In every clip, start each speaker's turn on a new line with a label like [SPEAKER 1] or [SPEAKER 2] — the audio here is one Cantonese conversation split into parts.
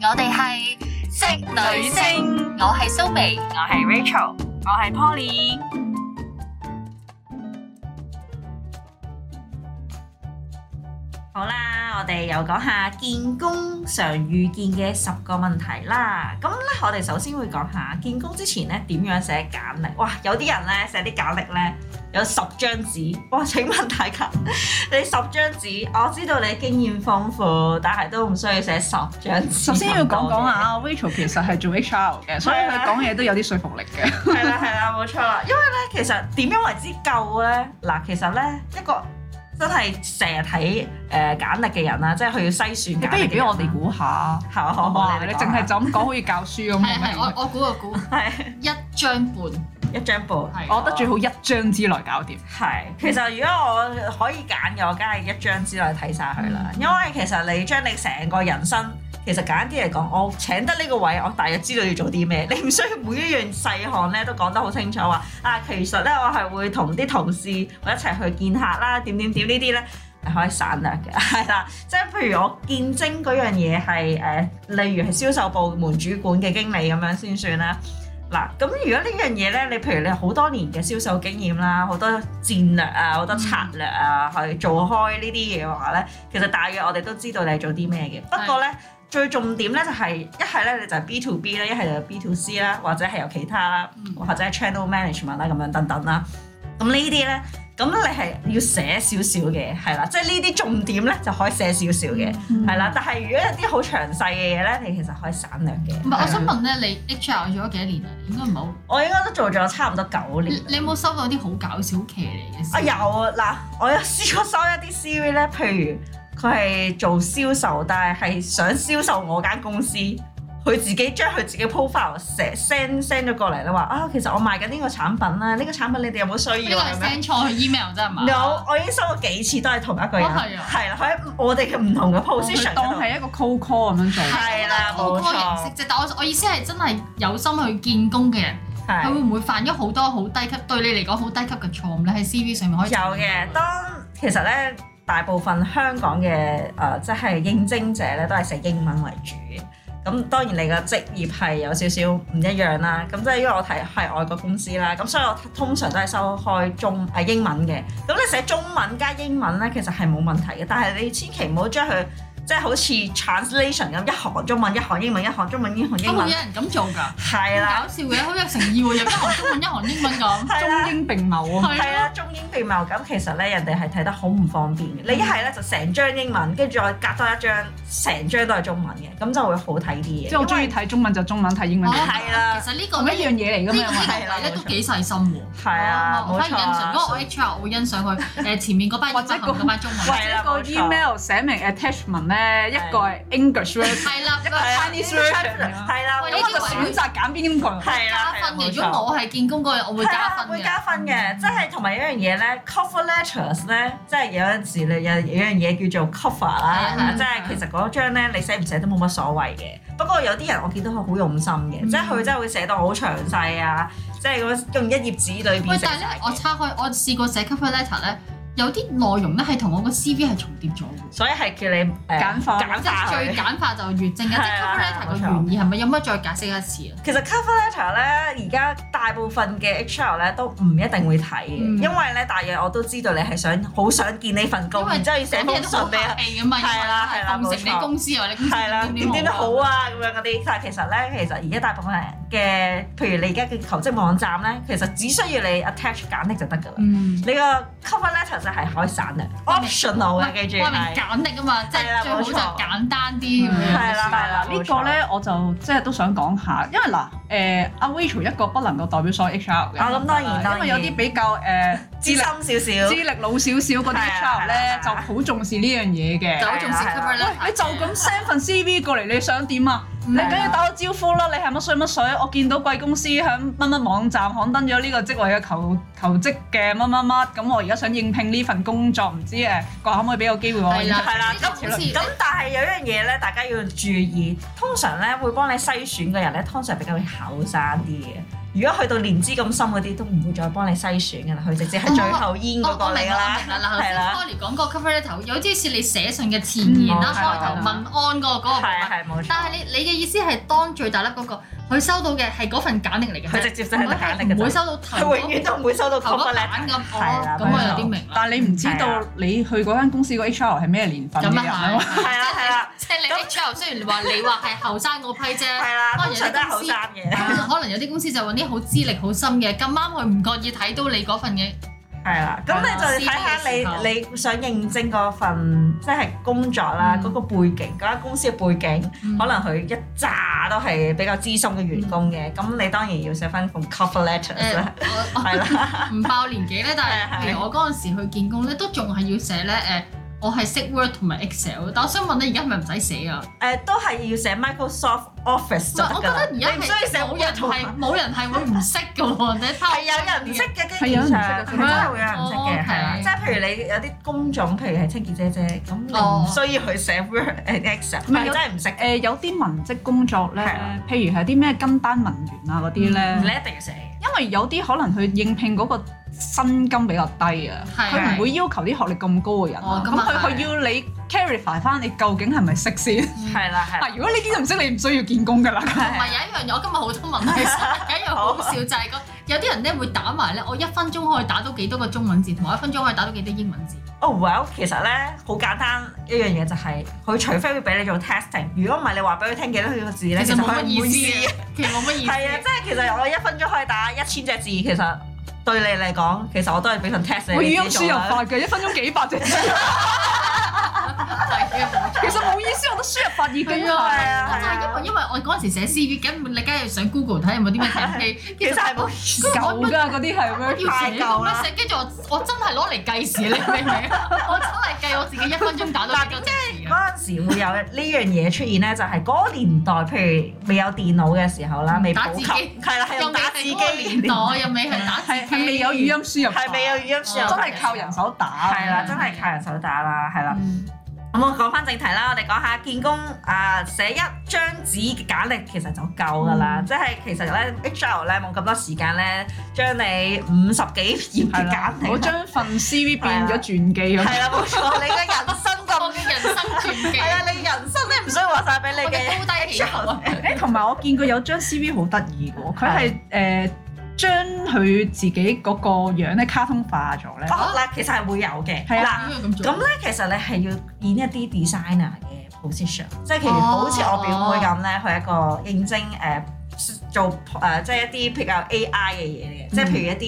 [SPEAKER 1] 我哋係職
[SPEAKER 2] 女星，
[SPEAKER 1] 我係蘇眉，
[SPEAKER 2] 我係 Rachel，我係 Poly。好啦，我哋又講下見工常遇見嘅十個問題啦。咁咧，我哋首先會講下見工之前咧點樣寫簡歷。哇，有啲人咧寫啲簡歷咧有十張紙。哇，請問大家 你十張紙，我知道你經驗豐富，但係都唔需要寫十張紙。
[SPEAKER 3] 首先要講講啊，Rachel 其實係做 HR 嘅，所以
[SPEAKER 2] 係啊
[SPEAKER 3] 佢講嘢都有啲說服力嘅。
[SPEAKER 2] 係啦係啦，冇錯啦。因為咧，其實點樣為之夠咧？嗱，其實咧一個真係成日睇誒簡歷嘅人啊啦，即係佢要篩選
[SPEAKER 3] 你
[SPEAKER 2] 簡歷嘅人啦。
[SPEAKER 3] 不 如俾我哋估下，
[SPEAKER 2] 係啊，好
[SPEAKER 3] 好
[SPEAKER 2] 唔
[SPEAKER 3] 唔好
[SPEAKER 2] 好？
[SPEAKER 3] 啊？你
[SPEAKER 2] 哋
[SPEAKER 3] 淨
[SPEAKER 2] 講下
[SPEAKER 3] 係就咁講，好似教書咁。
[SPEAKER 1] 係係，我我估我估
[SPEAKER 2] 係
[SPEAKER 1] 一張半，
[SPEAKER 2] 一張報。
[SPEAKER 1] 係
[SPEAKER 3] 我覺得最好一張之內搞掂。
[SPEAKER 2] 係，其實如果我可以揀嘅，我梗係一張之內睇晒佢啦。因為其實你將你成個人生，其實簡單啲嚟講，我請得呢個位，我大約知道要做啲咩。你唔需要每一樣細項咧都講得好清楚話啊，其實咧我係會同啲同事我一齊去見客啦，點點點呢啲咧。係可以省略嘅， 係啦，即係譬如我見證嗰樣嘢係誒，例如係銷售部門主管嘅經理咁樣先算啦。嗱，咁如果呢樣嘢咧，你譬如你好多年嘅銷售經驗啦，好多戰略啊，好多策略啊，去做開呢啲嘢嘅話咧，其實大約我哋都知道你係做啲咩嘅。不過咧，最重點咧就係一係咧你就係 B to B 啦，一係就 B to C 啦，或者係有其他啦，
[SPEAKER 1] 嗯
[SPEAKER 2] 或者係 channel management 啦咁樣等等啦。咁呢啲咧，咁你係要寫少少嘅，係啦，即係呢啲重點咧就可以寫少少嘅，
[SPEAKER 1] 嗯
[SPEAKER 2] 係啦。但係如果有啲好詳細嘅嘢咧，你其實可以省略嘅。
[SPEAKER 1] 唔係，我想問咧，你 HR 做咗幾多年啊？應該唔係好，
[SPEAKER 2] 我應該都做咗差唔多九
[SPEAKER 1] 你
[SPEAKER 2] 年。
[SPEAKER 1] 你有冇收到啲好搞笑、好騎呢嘅事？
[SPEAKER 2] 我有啊嗱，我有試過收一啲 CV 咧，譬如佢係做銷售，但係係想銷售我間公司，佢自己將佢自己 profile 寫 send send 咗過嚟啦，話啊其實我賣緊呢個產品啦，呢、個產品你哋有冇需
[SPEAKER 1] 呢
[SPEAKER 2] 要
[SPEAKER 1] 個
[SPEAKER 2] 啊
[SPEAKER 1] 係
[SPEAKER 2] 咁樣？
[SPEAKER 1] send 錯去 email 啫係嘛？
[SPEAKER 2] 有，我已經收過幾次都係同一個人，
[SPEAKER 1] 哦係啊哦
[SPEAKER 2] 係啦、喺我哋嘅唔同嘅
[SPEAKER 3] 佢
[SPEAKER 2] position 嗰
[SPEAKER 3] 當
[SPEAKER 2] 度
[SPEAKER 3] 係一個 cold call 咁樣做。
[SPEAKER 2] 係啦
[SPEAKER 1] 啊我覺
[SPEAKER 2] 冇
[SPEAKER 1] 得
[SPEAKER 2] 錯
[SPEAKER 1] 好多形式啫，但我我意思係真係有心去見工嘅人，佢
[SPEAKER 2] 係
[SPEAKER 1] 會唔會犯咗好多好低級對你嚟講好低級嘅錯誤咧？喺 CV 上面可以
[SPEAKER 2] 有嘅。當其實咧，大部分香港嘅誒、呃即係應徵者咧，都係寫英文為主嘅。咁當然你嘅職業係有少少唔一樣啦。咁即係因為我睇係外國公司啦，咁所以我通常都係收開中誒、呃英文嘅。咁你寫中文加英文咧，其實係冇問題嘅。但係你千祈唔好將佢即係好似 translation 咁，一行中文，一行英文，一行中文，一行
[SPEAKER 1] 啊
[SPEAKER 2] 英
[SPEAKER 1] 會
[SPEAKER 3] 哦
[SPEAKER 2] 文
[SPEAKER 1] 有，人咁做㗎？
[SPEAKER 2] 係啦。
[SPEAKER 1] 搞笑嘅，好有誠意喎，入一行中文一行英文咁。
[SPEAKER 2] 係啦
[SPEAKER 3] 中英並茂啊！
[SPEAKER 1] 係
[SPEAKER 2] 係
[SPEAKER 1] 啊，
[SPEAKER 2] 啦，中英並茂咁，其實咧人哋係睇得好唔方便嘅。你一係咧就成張英文，跟住再隔多一張，成張都係中文嘅，咁就會好睇啲嘅。
[SPEAKER 3] 即係我中意
[SPEAKER 2] 因為
[SPEAKER 3] 睇中文就中文，睇英文就
[SPEAKER 1] 哦
[SPEAKER 3] 英文
[SPEAKER 2] 係啦
[SPEAKER 1] 其實呢個
[SPEAKER 3] 同
[SPEAKER 1] 呢
[SPEAKER 3] 一樣嘢嚟
[SPEAKER 1] 呢個
[SPEAKER 3] 㗎
[SPEAKER 1] 呢
[SPEAKER 3] 嘛。
[SPEAKER 1] 個咧都幾細心喎。
[SPEAKER 2] 係啊，
[SPEAKER 1] 我
[SPEAKER 2] 冇
[SPEAKER 1] 反
[SPEAKER 2] 錯
[SPEAKER 1] 而欣賞。如果
[SPEAKER 2] 啊。
[SPEAKER 1] 我 HR，我會欣賞佢誒前面嗰班英文同嗰班中文。
[SPEAKER 2] 係啦
[SPEAKER 3] 一個
[SPEAKER 2] 冇錯
[SPEAKER 3] email 寫明 attachment 咧，一個係 English version，
[SPEAKER 1] 係啦，
[SPEAKER 2] 係啊
[SPEAKER 3] Chinese version
[SPEAKER 2] 係啦，啊
[SPEAKER 1] 喂
[SPEAKER 3] 咁
[SPEAKER 1] 呢
[SPEAKER 3] 我
[SPEAKER 1] 啲
[SPEAKER 3] 就
[SPEAKER 1] 位
[SPEAKER 3] 選擇揀邊個。
[SPEAKER 2] 係啊
[SPEAKER 1] 加
[SPEAKER 2] 啦，係啦
[SPEAKER 1] 分嘅。
[SPEAKER 2] 冇
[SPEAKER 1] 如
[SPEAKER 2] 錯
[SPEAKER 1] 果我係見工嗰人，我會
[SPEAKER 2] 係
[SPEAKER 1] 加
[SPEAKER 2] 啊，
[SPEAKER 1] 分
[SPEAKER 2] 會
[SPEAKER 1] 嘅。
[SPEAKER 2] 加分嘅，即係同埋一樣嘢咧，cover letters 咧，即係有陣時你有有樣嘢叫做 cover 啦，係
[SPEAKER 1] 係
[SPEAKER 2] 嘛
[SPEAKER 1] 啊
[SPEAKER 2] 即係其實嗰張咧你寫唔寫都冇乜所謂嘅。不過有啲人我見到佢好用心嘅，
[SPEAKER 1] 嗯
[SPEAKER 2] 即係佢真係會寫到好詳細啊，即係咁樣用一頁紙裏邊
[SPEAKER 1] 喂
[SPEAKER 2] 寫，
[SPEAKER 1] 但係咧
[SPEAKER 2] 晒，
[SPEAKER 1] 我
[SPEAKER 2] 嘅
[SPEAKER 1] 叉開，我試過寫 cover letter 咧，有啲內容咧係同我個 CV 係重疊咗嘅。
[SPEAKER 2] 所以係叫你誒
[SPEAKER 3] 簡化
[SPEAKER 2] 簡
[SPEAKER 1] 即
[SPEAKER 2] 化
[SPEAKER 1] 係最
[SPEAKER 2] 佢。
[SPEAKER 1] 簡化就越正嘅，即
[SPEAKER 2] 係
[SPEAKER 1] 係
[SPEAKER 2] 啊
[SPEAKER 1] cover
[SPEAKER 2] 係啊
[SPEAKER 1] letter 個
[SPEAKER 2] 冇錯
[SPEAKER 1] 原意係咪？有冇得再解釋一次啊？
[SPEAKER 2] 其實 cover letter 咧，而家大部分嘅 HR 咧都唔一定會睇嘅，
[SPEAKER 3] 嗯
[SPEAKER 2] 因為咧大約我都知道你係想好想見呢份工，
[SPEAKER 1] 因為
[SPEAKER 2] 然之後要寫封信俾佢。
[SPEAKER 1] 氣㗎嘛，因為
[SPEAKER 2] 係啦係啦
[SPEAKER 1] 奉承
[SPEAKER 2] 冇錯
[SPEAKER 1] 你公司啊或者你公司
[SPEAKER 2] 係 啦，點
[SPEAKER 1] 點
[SPEAKER 2] 點
[SPEAKER 1] 點
[SPEAKER 2] 都
[SPEAKER 1] 都
[SPEAKER 2] 好
[SPEAKER 1] 好啊。
[SPEAKER 2] 啊，咁樣嗰啲。但係其實咧，其實而家大部分嘅，譬如你而家嘅求職網站咧，其實只需要你 attach 簡歷就得㗎啦。
[SPEAKER 1] 嗯，哦
[SPEAKER 2] 你個 cover letter 就係可以散嘅
[SPEAKER 1] 我明
[SPEAKER 2] ，optional 嘅，記住
[SPEAKER 1] 我明
[SPEAKER 2] 係。
[SPEAKER 1] 簡歷啊嘛，即
[SPEAKER 2] 係啦
[SPEAKER 1] 係最好
[SPEAKER 2] 冇錯
[SPEAKER 1] 就簡單啲咁樣。
[SPEAKER 3] 嗯
[SPEAKER 2] 係啦係啦
[SPEAKER 3] 嗱呢個咧我就即係都想講下，因為嗱誒阿 Rachel 一個不能夠代表所有 HR 嘅，
[SPEAKER 2] 啊咁當然當然
[SPEAKER 3] 因為有啲比較 誒
[SPEAKER 2] 資深少少
[SPEAKER 3] 資，歷老少少嗰
[SPEAKER 2] 係
[SPEAKER 3] 啲
[SPEAKER 2] 啊
[SPEAKER 3] HR
[SPEAKER 2] 係
[SPEAKER 3] 咧
[SPEAKER 2] 啊
[SPEAKER 3] 就好重視呢樣嘢
[SPEAKER 1] 就
[SPEAKER 3] 嘅。
[SPEAKER 1] 好重視 cover
[SPEAKER 3] 喂
[SPEAKER 1] letter，
[SPEAKER 3] 你就咁 send 份 CV 過嚟，你想點啊？
[SPEAKER 1] 嗯
[SPEAKER 3] 你梗要打個招呼啦！你係乜水乜水？我見到貴公司喺乜乜網站刊登咗呢個職位嘅求求職嘅乜乜乜，咁我而家想應聘呢份工作，唔知誒個可唔可以俾個機會我？
[SPEAKER 1] 係啦
[SPEAKER 2] 係啦。
[SPEAKER 1] 呢個
[SPEAKER 2] 咁
[SPEAKER 1] 好似
[SPEAKER 2] 咁，但係有一樣嘢咧，大家要注意，通常咧會幫你篩選嘅人咧，通常比較後生啲嘅。如果去到年資咁深嗰啲，都唔會再幫你篩選㗎啦，佢直接係最後煙
[SPEAKER 1] 我
[SPEAKER 2] 嗰
[SPEAKER 1] 哦我
[SPEAKER 2] 個嚟㗎
[SPEAKER 1] 明啦，
[SPEAKER 2] 啦
[SPEAKER 1] 我明，啦。
[SPEAKER 2] 係啦，
[SPEAKER 1] 嗱，頭先 Poly 講個 cover letter 有啲似你寫信嘅前言啦，
[SPEAKER 2] 嗯
[SPEAKER 1] 開
[SPEAKER 2] 係
[SPEAKER 1] 頭
[SPEAKER 2] 啊
[SPEAKER 1] 問安嗰個嗰個部
[SPEAKER 2] 係
[SPEAKER 1] 分。
[SPEAKER 2] 係冇錯。
[SPEAKER 1] 但係你你嘅意思係當最大粒嗰個，佢收到嘅係嗰份簡歷嚟嘅啫，
[SPEAKER 2] 佢直接就係簡歷
[SPEAKER 1] 佢係
[SPEAKER 2] 嘅
[SPEAKER 1] 唔會
[SPEAKER 2] 啫，
[SPEAKER 1] 收到頭
[SPEAKER 2] 佢
[SPEAKER 1] 嗰
[SPEAKER 2] 永遠都唔會收到
[SPEAKER 1] 頭
[SPEAKER 2] cover
[SPEAKER 1] 嗰
[SPEAKER 2] letter。
[SPEAKER 1] 版咁。
[SPEAKER 2] 係啦
[SPEAKER 1] 哦，咁我
[SPEAKER 2] 冇錯
[SPEAKER 1] 有啲明啦。
[SPEAKER 3] 但係你唔知道
[SPEAKER 2] 係啊
[SPEAKER 3] 你去嗰間公司個 HR 係咩年份嘅
[SPEAKER 1] 咁
[SPEAKER 3] 人
[SPEAKER 1] 啊
[SPEAKER 3] 啊嘛
[SPEAKER 1] 係，
[SPEAKER 2] 係啦係啦
[SPEAKER 1] 即係你 HR 雖然話你話係後生嗰批啫。
[SPEAKER 2] 係啦，通常都係後生嘅。
[SPEAKER 1] 可能有啲公司就揾啲好資歷好深嘅，咁啱佢唔覺意睇到你嗰份嘢，
[SPEAKER 2] 係啦，咁你就睇下你你想應徵嗰份即係工作啦，
[SPEAKER 1] 嗯
[SPEAKER 2] 嗰個背景，嗰間公司嘅背景，
[SPEAKER 1] 嗯
[SPEAKER 2] 可能佢一紮都係比較資深嘅員工嘅，咁你當然要寫翻份 cover letter
[SPEAKER 1] 誒
[SPEAKER 2] 啦，
[SPEAKER 1] 我
[SPEAKER 2] 係啦，
[SPEAKER 1] 我唔爆年紀咧，但係
[SPEAKER 2] 係係
[SPEAKER 1] 譬如我嗰陣時去見工咧，都仲係要寫咧誒，我係識 Word 同埋 Excel，但我想問咧，而家係咪唔使寫啊？
[SPEAKER 2] 誒都係要寫 Microsoft
[SPEAKER 1] 唔
[SPEAKER 2] Office 就
[SPEAKER 1] 係，我
[SPEAKER 2] 得㗎
[SPEAKER 1] 覺得
[SPEAKER 2] 啦，
[SPEAKER 1] 而
[SPEAKER 2] 你
[SPEAKER 1] 家
[SPEAKER 2] 唔需要寫
[SPEAKER 1] 係冇人
[SPEAKER 2] Word 同埋
[SPEAKER 1] 係冇人係會唔識嘅 喎，你睇下
[SPEAKER 2] 係啊有人唔識嘅，
[SPEAKER 3] 係有
[SPEAKER 2] 基
[SPEAKER 3] 人
[SPEAKER 2] 本
[SPEAKER 3] 唔識
[SPEAKER 2] 上係真係
[SPEAKER 3] 嘅
[SPEAKER 2] 會有人唔識
[SPEAKER 1] 啊哦
[SPEAKER 2] 嘅，係啦，
[SPEAKER 1] OK
[SPEAKER 2] 即係譬如你有啲工種，譬如係清潔姐姐，咁你唔
[SPEAKER 1] 哦
[SPEAKER 2] 需要去寫 Word and Excel，
[SPEAKER 3] 唔係
[SPEAKER 2] 係真係唔識
[SPEAKER 3] 誒、
[SPEAKER 2] 嘅，
[SPEAKER 3] 有啲文職工作咧
[SPEAKER 2] 係啊，嗯
[SPEAKER 3] 譬如係啲咩跟單文員啊嗰啲咧，
[SPEAKER 2] 你一定要寫。
[SPEAKER 3] 因為有啲可能佢應聘嗰個薪金比較低啊，
[SPEAKER 1] 係
[SPEAKER 3] 佢唔會要求啲學歷咁高嘅人啊
[SPEAKER 1] 哦，
[SPEAKER 3] 咁
[SPEAKER 1] 咁啊
[SPEAKER 3] 佢
[SPEAKER 1] 係
[SPEAKER 3] 佢要你 clarify 翻你究竟係咪識先。
[SPEAKER 2] 係啦，係啦
[SPEAKER 3] 嗱，如果你啲都唔識，你唔需要見工㗎啦。
[SPEAKER 1] 同埋有一樣嘢，我今日好多 問題想問，有一樣好笑就係個有啲人咧會打埋咧，我一分鐘可以打到幾多個中文字，同埋一分鐘可以打到幾多英文字。
[SPEAKER 2] 哦、well，其實咧好簡單一樣嘢就係、佢除非會俾你做 testing，如果唔係你話俾佢聽幾多個字咧，
[SPEAKER 1] 其
[SPEAKER 2] 其
[SPEAKER 1] 實
[SPEAKER 2] 實
[SPEAKER 1] 冇
[SPEAKER 2] 佢
[SPEAKER 1] 乜
[SPEAKER 2] 唔
[SPEAKER 1] 意
[SPEAKER 2] 會 知。
[SPEAKER 1] 思嘅，其實冇乜意思
[SPEAKER 2] 係啊，
[SPEAKER 1] 嘅。
[SPEAKER 2] 即係其實我一分鐘可以打一千隻字，其實對你嚟講，其實我都係俾份 test 你
[SPEAKER 3] 我語
[SPEAKER 2] 你
[SPEAKER 3] 音
[SPEAKER 2] 自己
[SPEAKER 3] 輸
[SPEAKER 2] 做
[SPEAKER 3] 入
[SPEAKER 2] 啦。
[SPEAKER 3] 法嘅，一分鐘幾百隻字，
[SPEAKER 1] 係啊
[SPEAKER 3] 其實冇意思，我覺得輸入法已經
[SPEAKER 1] 係啊
[SPEAKER 2] 係啊，
[SPEAKER 1] 我就係因為因為我嗰陣時寫 CV，咁你梗係要上 Google 睇有冇啲咩睇機，
[SPEAKER 2] 其實係冇意思。
[SPEAKER 3] 舊㗎嗰啲係
[SPEAKER 1] 要
[SPEAKER 3] 咩？
[SPEAKER 1] 寫咁樣寫，跟住我我真係攞嚟計時，你明唔 明 啊？我真係計我自己一分鐘打到幾多隻字啊！
[SPEAKER 2] 嗰陣時會有呢樣嘢出現咧，就係嗰個年代，譬如未有電腦嘅時候啦，未
[SPEAKER 1] 打
[SPEAKER 2] 普及，
[SPEAKER 1] 字機
[SPEAKER 2] 係啦，係
[SPEAKER 1] 又
[SPEAKER 2] 用打
[SPEAKER 1] 未
[SPEAKER 2] 字機嗯
[SPEAKER 1] 係嗰個年代，又未係打
[SPEAKER 3] 係
[SPEAKER 1] 字機，
[SPEAKER 3] 係未有語音輸入法，
[SPEAKER 2] 係未 有語音輸入
[SPEAKER 3] 真
[SPEAKER 2] 法，
[SPEAKER 3] 係靠人手打。啊
[SPEAKER 2] 係啦，真係靠人手打啦，係啦。
[SPEAKER 1] 嗯。
[SPEAKER 2] 咁我講翻正題啦，我哋講下見工啊、寫一張紙簡歷其實就夠噶
[SPEAKER 1] 嗯
[SPEAKER 2] 啦，即係其實咧 HR 咧冇咁多時間咧，將你五十幾頁
[SPEAKER 3] 係
[SPEAKER 2] 嘅
[SPEAKER 3] 啦
[SPEAKER 2] 簡，
[SPEAKER 3] 我
[SPEAKER 2] 歷，
[SPEAKER 3] 將份 CV 變咗傳記咁。
[SPEAKER 2] 係啦冇錯，你嘅人生
[SPEAKER 1] 我
[SPEAKER 2] 咁
[SPEAKER 1] 嘅人生傳記，
[SPEAKER 2] 係啊，你人生咧唔需要話晒俾
[SPEAKER 1] 我
[SPEAKER 2] 你嘅
[SPEAKER 1] 嘅高低起伏啊！
[SPEAKER 3] 誒，同埋我見過有張 CV 好得意嘅喎，佢係誒將佢自己嗰個樣咧卡通化咗咧。
[SPEAKER 2] 哦 嗱，其實係會有嘅，
[SPEAKER 3] 係
[SPEAKER 2] 嗱
[SPEAKER 3] 啊。
[SPEAKER 1] 點解咁做？
[SPEAKER 2] 咁咧，其實你係要演一啲 designer 嘅 position，即係譬如
[SPEAKER 3] 哦
[SPEAKER 2] 好似我表妹咁咧，佢係一個應徵誒、呃做誒、呃即係一啲比較 AI 嘅嘢嚟嘅，即係譬如一啲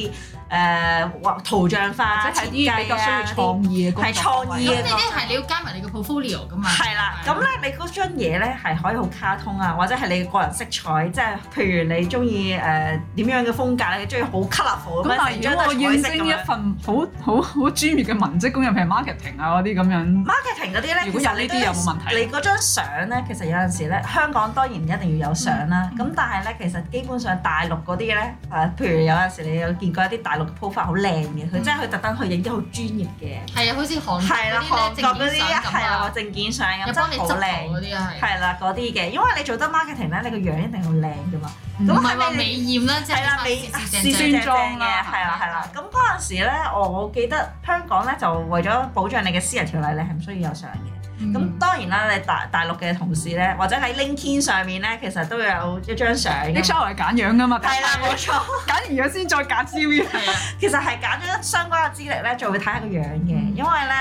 [SPEAKER 2] 誒畫圖像化、
[SPEAKER 3] 嗯或者係
[SPEAKER 2] 設
[SPEAKER 3] 啲比
[SPEAKER 2] 計
[SPEAKER 3] 較
[SPEAKER 2] 啊
[SPEAKER 3] 需要創意嘅工作
[SPEAKER 2] 係創意啊
[SPEAKER 1] 咁
[SPEAKER 2] 嘅
[SPEAKER 1] 你啲係你要加埋你嘅 portfolio 噶嘛？啊
[SPEAKER 2] 係啦，咁咧你嗰張嘢咧係可以好卡通啊，或者係你個人色彩，即係譬如你中意誒點樣嘅風格，你中意好 colourful
[SPEAKER 3] 咁
[SPEAKER 2] 咁
[SPEAKER 3] 但
[SPEAKER 2] 樣，
[SPEAKER 3] 係
[SPEAKER 2] 成
[SPEAKER 3] 如
[SPEAKER 2] 張
[SPEAKER 3] 果
[SPEAKER 2] 都
[SPEAKER 3] 我應
[SPEAKER 2] 係彩色
[SPEAKER 3] 徵
[SPEAKER 2] 咁樣
[SPEAKER 3] 一。份好好好專業嘅文職工，入譬如 marketing 啊嗰啲咁樣，
[SPEAKER 2] marketing 嗰啲咧，
[SPEAKER 3] 如果
[SPEAKER 2] 其
[SPEAKER 3] 有
[SPEAKER 2] 實
[SPEAKER 3] 呢啲
[SPEAKER 2] 你都
[SPEAKER 3] 有冇問
[SPEAKER 1] 啊
[SPEAKER 3] 題
[SPEAKER 2] 你嗰張相咧，其實有陣時咧，香港當然唔一定要有相啦。
[SPEAKER 1] 嗯
[SPEAKER 2] 咁、但係咧，其實基本上大陸嗰啲咧，誒、譬如有陣時你有見過一啲大陸嘅 profile 好靚嘅，佢、
[SPEAKER 1] 嗯
[SPEAKER 2] 即係佢特登去影啲好專業嘅，
[SPEAKER 1] 係啊，好似韓
[SPEAKER 2] 係啦，
[SPEAKER 1] 國嗰
[SPEAKER 2] 韓
[SPEAKER 1] 啲
[SPEAKER 2] 國
[SPEAKER 1] 咧
[SPEAKER 2] 嗰
[SPEAKER 1] 證
[SPEAKER 2] 啲
[SPEAKER 1] 件相
[SPEAKER 2] 係啦證件相咁
[SPEAKER 1] 咁啊，，又
[SPEAKER 2] 真
[SPEAKER 1] 幫你
[SPEAKER 2] 係
[SPEAKER 1] 執
[SPEAKER 2] 好
[SPEAKER 1] 圖
[SPEAKER 2] 靚。
[SPEAKER 1] 嗰啲啊，係。
[SPEAKER 2] 係啦，嗰啲嘅，因為你做得 marketing 咧，你個樣一定好靚噶嘛。
[SPEAKER 1] 嗯唔
[SPEAKER 2] 咁
[SPEAKER 1] 係話
[SPEAKER 2] 係咪
[SPEAKER 1] 美豔啦，即係
[SPEAKER 2] 係啦，美啊
[SPEAKER 1] 四
[SPEAKER 2] 四
[SPEAKER 1] 四
[SPEAKER 3] 正
[SPEAKER 1] 正
[SPEAKER 2] 正
[SPEAKER 1] 正
[SPEAKER 2] 嘅，
[SPEAKER 3] 正
[SPEAKER 2] 係
[SPEAKER 3] 裝啦
[SPEAKER 2] 啦係啦。咁嗰陣時咧，我記得香港咧就為咗保障你嘅私人條例咧，係唔需要有相嘅。咁、
[SPEAKER 1] 咁
[SPEAKER 2] 當然啦，你大大陸嘅同事咧，或者喺 LinkedIn 上面咧，其實都有一張相㗎嘛。
[SPEAKER 3] 你 s h o w 係揀樣噶嘛？
[SPEAKER 2] 係啦，冇錯。
[SPEAKER 3] 揀完樣先再揀 CV。
[SPEAKER 1] 係啊，
[SPEAKER 2] 其實係揀咗相關嘅資歷咧，就會睇下個樣嘅，因為咧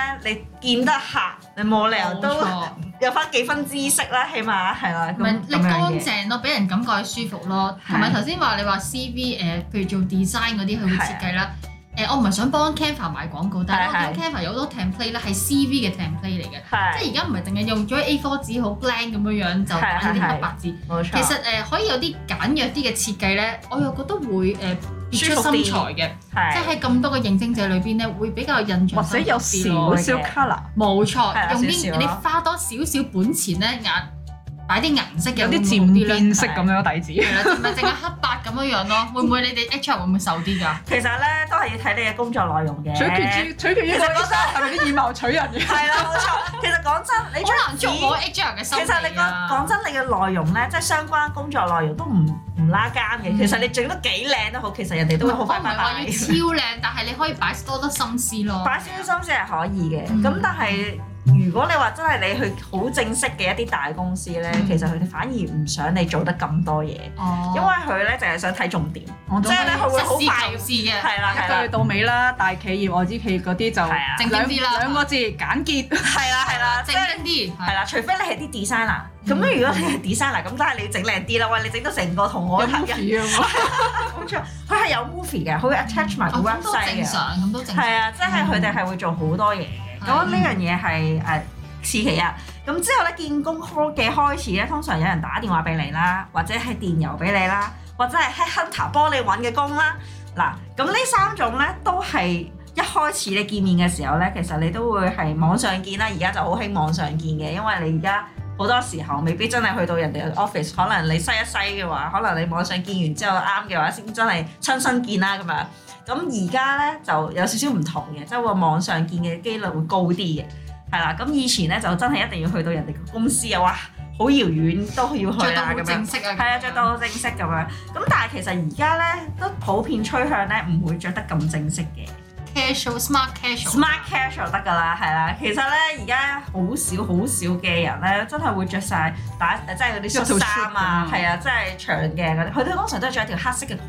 [SPEAKER 2] 你見得客，你冇理由
[SPEAKER 1] 嗯冇
[SPEAKER 2] 啊都
[SPEAKER 1] 錯
[SPEAKER 2] 有翻幾分知識啦，起碼係啦。
[SPEAKER 1] 唔係
[SPEAKER 2] 咁
[SPEAKER 1] 你
[SPEAKER 2] 咁樣
[SPEAKER 1] 乾
[SPEAKER 2] 嘅
[SPEAKER 1] 淨咯，俾人感覺係舒服咯。
[SPEAKER 2] 係
[SPEAKER 1] 同埋頭先話你話 CV 誒，譬如做 design 嗰啲，佢會設計啦。
[SPEAKER 2] 啊
[SPEAKER 1] 誒，我唔係想幫 Canva 賣廣告，但係我見 Canva 有好多 template 咧，係 CV 嘅 template 嚟嘅。
[SPEAKER 2] 係
[SPEAKER 1] 即係而家唔係淨係用咗 A4 紙好 blank 咁樣樣就
[SPEAKER 2] 係
[SPEAKER 1] 揀
[SPEAKER 2] 係
[SPEAKER 1] 啲
[SPEAKER 2] 係
[SPEAKER 1] 黑白字。
[SPEAKER 2] 冇
[SPEAKER 1] 其
[SPEAKER 2] 錯。
[SPEAKER 1] 實誒、可以有啲簡約啲嘅設計咧，我又覺得會誒、別出
[SPEAKER 2] 舒服啲
[SPEAKER 1] 心裁嘅，即係
[SPEAKER 2] 係
[SPEAKER 1] 喺咁多個認證者裏邊咧，會比較印象深
[SPEAKER 3] 或
[SPEAKER 1] 刻
[SPEAKER 3] 者有
[SPEAKER 1] 啲
[SPEAKER 3] 少
[SPEAKER 1] 咯
[SPEAKER 3] 少 colour，
[SPEAKER 1] 冇
[SPEAKER 2] 係啊
[SPEAKER 1] 錯，用
[SPEAKER 2] 少
[SPEAKER 1] 啲
[SPEAKER 2] 少咯
[SPEAKER 1] 你花多少少本錢咧，顏擺啲顏色嘅
[SPEAKER 3] 有啲
[SPEAKER 1] 會好
[SPEAKER 3] 漸
[SPEAKER 1] 啲咧。
[SPEAKER 3] 變色咁樣底子。
[SPEAKER 1] 係啦，唔係淨係黑白咁樣樣 咯，會唔會你哋 HR 會唔會瘦啲㗎？
[SPEAKER 2] 其實咧都係要睇你嘅工作內容嘅。
[SPEAKER 3] 取決於取決於
[SPEAKER 2] 其實
[SPEAKER 3] 個
[SPEAKER 2] 講
[SPEAKER 3] HR 係咪啲以貌取人嘅？
[SPEAKER 2] 係啦，冇錯。其實講真，你張
[SPEAKER 1] 好難捉摸
[SPEAKER 2] 紙
[SPEAKER 1] HR 嘅心
[SPEAKER 2] 其實你
[SPEAKER 1] 理
[SPEAKER 2] 講講
[SPEAKER 1] 啊！
[SPEAKER 2] 真，你嘅內容咧，即係相關工作內容都唔唔拉更嘅。
[SPEAKER 1] 嗯哦
[SPEAKER 2] 其實你整得幾靚都好，其實人哋都會好
[SPEAKER 1] 我唔
[SPEAKER 2] 快拜
[SPEAKER 1] 係話要
[SPEAKER 2] 拜。
[SPEAKER 1] 超靚，但係你可以擺多多心思咯。
[SPEAKER 2] 擺少少心思係可以嘅，
[SPEAKER 1] 嗯
[SPEAKER 2] 咁但係如果你話真係你去好正式嘅一啲大公司咧，
[SPEAKER 1] 嗯
[SPEAKER 2] 其實佢哋反而唔想你做得咁多嘢，因
[SPEAKER 1] 哦，
[SPEAKER 2] 為佢咧就係想睇重點，
[SPEAKER 3] 我
[SPEAKER 2] 即係咧佢會好快
[SPEAKER 1] 實事求是啊嘅。
[SPEAKER 2] 係啦係
[SPEAKER 3] 一句
[SPEAKER 2] 啦
[SPEAKER 3] 到尾啦，大企業、外資企業嗰啲就
[SPEAKER 2] 係啊
[SPEAKER 1] 正經
[SPEAKER 3] 兩
[SPEAKER 1] 啲啦
[SPEAKER 3] 兩個字簡潔。
[SPEAKER 2] 係啦係啦，即係
[SPEAKER 1] 正經啲，
[SPEAKER 2] 係啦，除非你係啲 designer，咁
[SPEAKER 1] 嗯
[SPEAKER 2] 如果你係 designer，咁梗係你整靚啲啦，喂，你整到成個同我一樣，
[SPEAKER 3] 有 movie 啊
[SPEAKER 2] 冇錯，佢係有 movie 係嘅，佢會 attach 埋
[SPEAKER 1] 哦
[SPEAKER 2] 個
[SPEAKER 1] 咁都
[SPEAKER 2] website
[SPEAKER 1] 正
[SPEAKER 2] 嘅，
[SPEAKER 1] 常，咁都正常。
[SPEAKER 2] 係啊，即係佢哋係會做好多嘢嘅。
[SPEAKER 1] 嗯
[SPEAKER 2] 咁呢樣嘢係誒此其一。咁之後咧，見工開嘅開始咧，通常有人打電話俾你啦，或者係電郵俾你啦，或者係 headhunter 幫你揾嘅工啦。嗱，咁呢三種咧都係一開始你見面嘅時候咧，其實你都會係網上見啦。而家就好興網上見嘅，因為你而家。好多時候未必真係去到人哋嘅 office，可能你西一西嘅話，可能你網上見完之後啱嘅話，先真係親身見啦咁樣。咁而家咧就有少少唔同嘅，即係話網上見嘅機率會高啲嘅，係啦。咁以前咧就真係一定要去到人哋嘅公司啊，哇，好遙遠都要
[SPEAKER 1] 着
[SPEAKER 2] 去
[SPEAKER 1] 到
[SPEAKER 2] 啦
[SPEAKER 1] 好
[SPEAKER 2] 咁樣
[SPEAKER 1] 正。式啊！
[SPEAKER 2] 係啊，着到好正式咁樣。咁但係其實而家咧都普遍趨向咧唔會着得咁正式嘅
[SPEAKER 1] casual、smart casual。
[SPEAKER 2] ，smart casual 得㗎啦，係啦。其實咧而家好少好少嘅人咧，真係會着晒打即係嗰啲恤衫啊
[SPEAKER 3] 一套，恤咁樣
[SPEAKER 2] 係啊，即係長嘅嗰啲。佢哋通常都係着一條黑色嘅裙，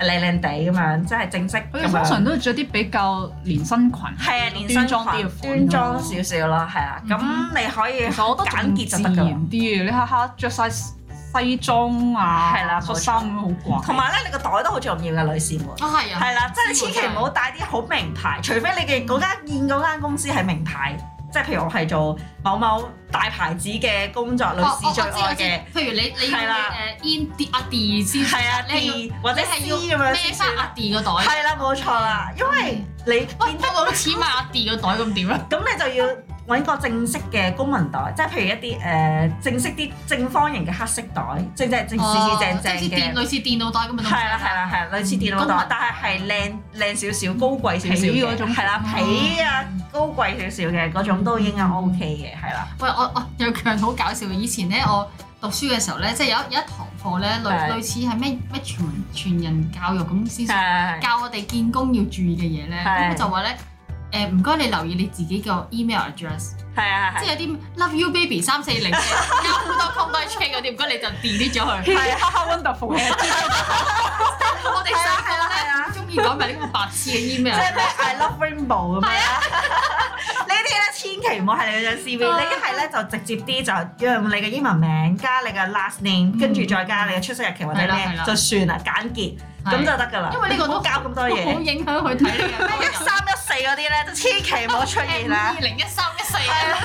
[SPEAKER 2] 靚靚地咁樣，即係正式
[SPEAKER 3] 佢
[SPEAKER 2] 咁啊
[SPEAKER 3] 哋通
[SPEAKER 2] 樣。
[SPEAKER 3] 常都係着啲比較連身裙，
[SPEAKER 2] 係啊，連身
[SPEAKER 3] 端莊啲嘅
[SPEAKER 2] 裙，
[SPEAKER 3] 款
[SPEAKER 2] 端
[SPEAKER 3] 咯
[SPEAKER 2] 莊少少咯，係啊。咁
[SPEAKER 1] 嗯
[SPEAKER 2] 你可以
[SPEAKER 3] 其實我覺得仲
[SPEAKER 2] 簡潔就
[SPEAKER 3] 自
[SPEAKER 2] 得
[SPEAKER 3] 然
[SPEAKER 2] 㗎啦。
[SPEAKER 3] 啲嘅，你下下着晒西裝啊，
[SPEAKER 2] 係啦冇錯
[SPEAKER 3] 恤衫咁樣好怪。
[SPEAKER 2] 同埋咧，你個袋都好重要嘅，女士們。
[SPEAKER 3] 哦
[SPEAKER 1] 啊係啊，
[SPEAKER 2] 係啦，即係你千祈唔好帶啲好名牌，除非你嘅嗰間見嗰間公司係名牌，即係譬如我係做某某大牌子嘅工作，女
[SPEAKER 3] 哦
[SPEAKER 1] 我我
[SPEAKER 2] 士
[SPEAKER 1] 知
[SPEAKER 2] 最
[SPEAKER 1] 我
[SPEAKER 2] 愛
[SPEAKER 1] 知
[SPEAKER 2] 嘅，，
[SPEAKER 1] 譬如你你要
[SPEAKER 2] 係啦
[SPEAKER 1] 誒 in 跌阿 D 先，
[SPEAKER 2] 係啊
[SPEAKER 1] 你
[SPEAKER 2] D 或者
[SPEAKER 1] 你係
[SPEAKER 2] C
[SPEAKER 1] 要
[SPEAKER 2] 咁樣
[SPEAKER 1] 孭
[SPEAKER 2] 先
[SPEAKER 1] 翻
[SPEAKER 2] 算
[SPEAKER 1] 阿
[SPEAKER 2] 啦。
[SPEAKER 1] D 個袋。
[SPEAKER 2] 係啦，冇錯啦，因為你
[SPEAKER 1] 啊嗯喂，
[SPEAKER 2] 見得
[SPEAKER 1] 我攞錢買阿 D 個袋咁點啊？
[SPEAKER 2] 咁你就要揾個正式嘅公民袋，即係譬如一啲誒、呃正式啲正方形嘅黑色袋，正正正四四正正
[SPEAKER 1] 哦即係
[SPEAKER 2] 嘅。
[SPEAKER 1] 電類似電腦袋咁嘅東西。
[SPEAKER 2] 係啊啦係啦係啦，類似電腦袋，但係係靚靚少少、高貴少少
[SPEAKER 3] 皮
[SPEAKER 2] 嘅
[SPEAKER 3] 嗰種
[SPEAKER 2] 係
[SPEAKER 1] 哦
[SPEAKER 2] 啦，皮啊高貴少少嘅嗰種都應該 OK 嘅，係啦。
[SPEAKER 1] 喂，我我有樣好搞笑嘅，以前咧我讀書嘅時候咧，即係有一有一堂課咧，類
[SPEAKER 2] 係
[SPEAKER 1] 類似係咩咩全全人教育咁先算
[SPEAKER 2] 係
[SPEAKER 1] 教我哋見工要注意嘅嘢咧，
[SPEAKER 2] 係
[SPEAKER 1] 咁佢就話咧。誒唔該，你留意你自己個 email address，
[SPEAKER 2] 係啊
[SPEAKER 1] 即
[SPEAKER 2] 係
[SPEAKER 1] 係有啲 love you baby 三四零嘅，有好多 com 都 check 嗰啲，唔該你就 delete 咗佢。
[SPEAKER 2] 啊
[SPEAKER 3] 係哈哈 wonderful 嘅，
[SPEAKER 1] 我哋
[SPEAKER 2] 係啊係啊係
[SPEAKER 1] 細
[SPEAKER 2] 啊
[SPEAKER 1] 個咧中意講埋呢個白痴嘅 email，
[SPEAKER 2] 即係咩 I love rainbow 咁樣啦。 呢啲咧千祈唔好係你張 CV，你一係咧就直接啲就用你嘅英文名加你嘅 last name，跟住再加你嘅出生日期或者
[SPEAKER 1] 係啦係
[SPEAKER 2] 咩
[SPEAKER 1] 啦
[SPEAKER 2] 就算啦，簡潔咁
[SPEAKER 1] 係
[SPEAKER 2] 就得㗎啦。
[SPEAKER 1] 因為呢個都
[SPEAKER 2] 唔好搞咁多
[SPEAKER 1] 好
[SPEAKER 2] 嘢，
[SPEAKER 1] 影響佢睇你嘅
[SPEAKER 2] 一三一四嗰啲咧就千祈唔好出現啦
[SPEAKER 1] 二。零一三一四
[SPEAKER 2] 係啊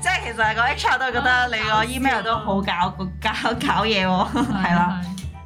[SPEAKER 2] 即係其實個 HR 都覺得你個 email 都好搞搞搞嘢喎， 係啦。，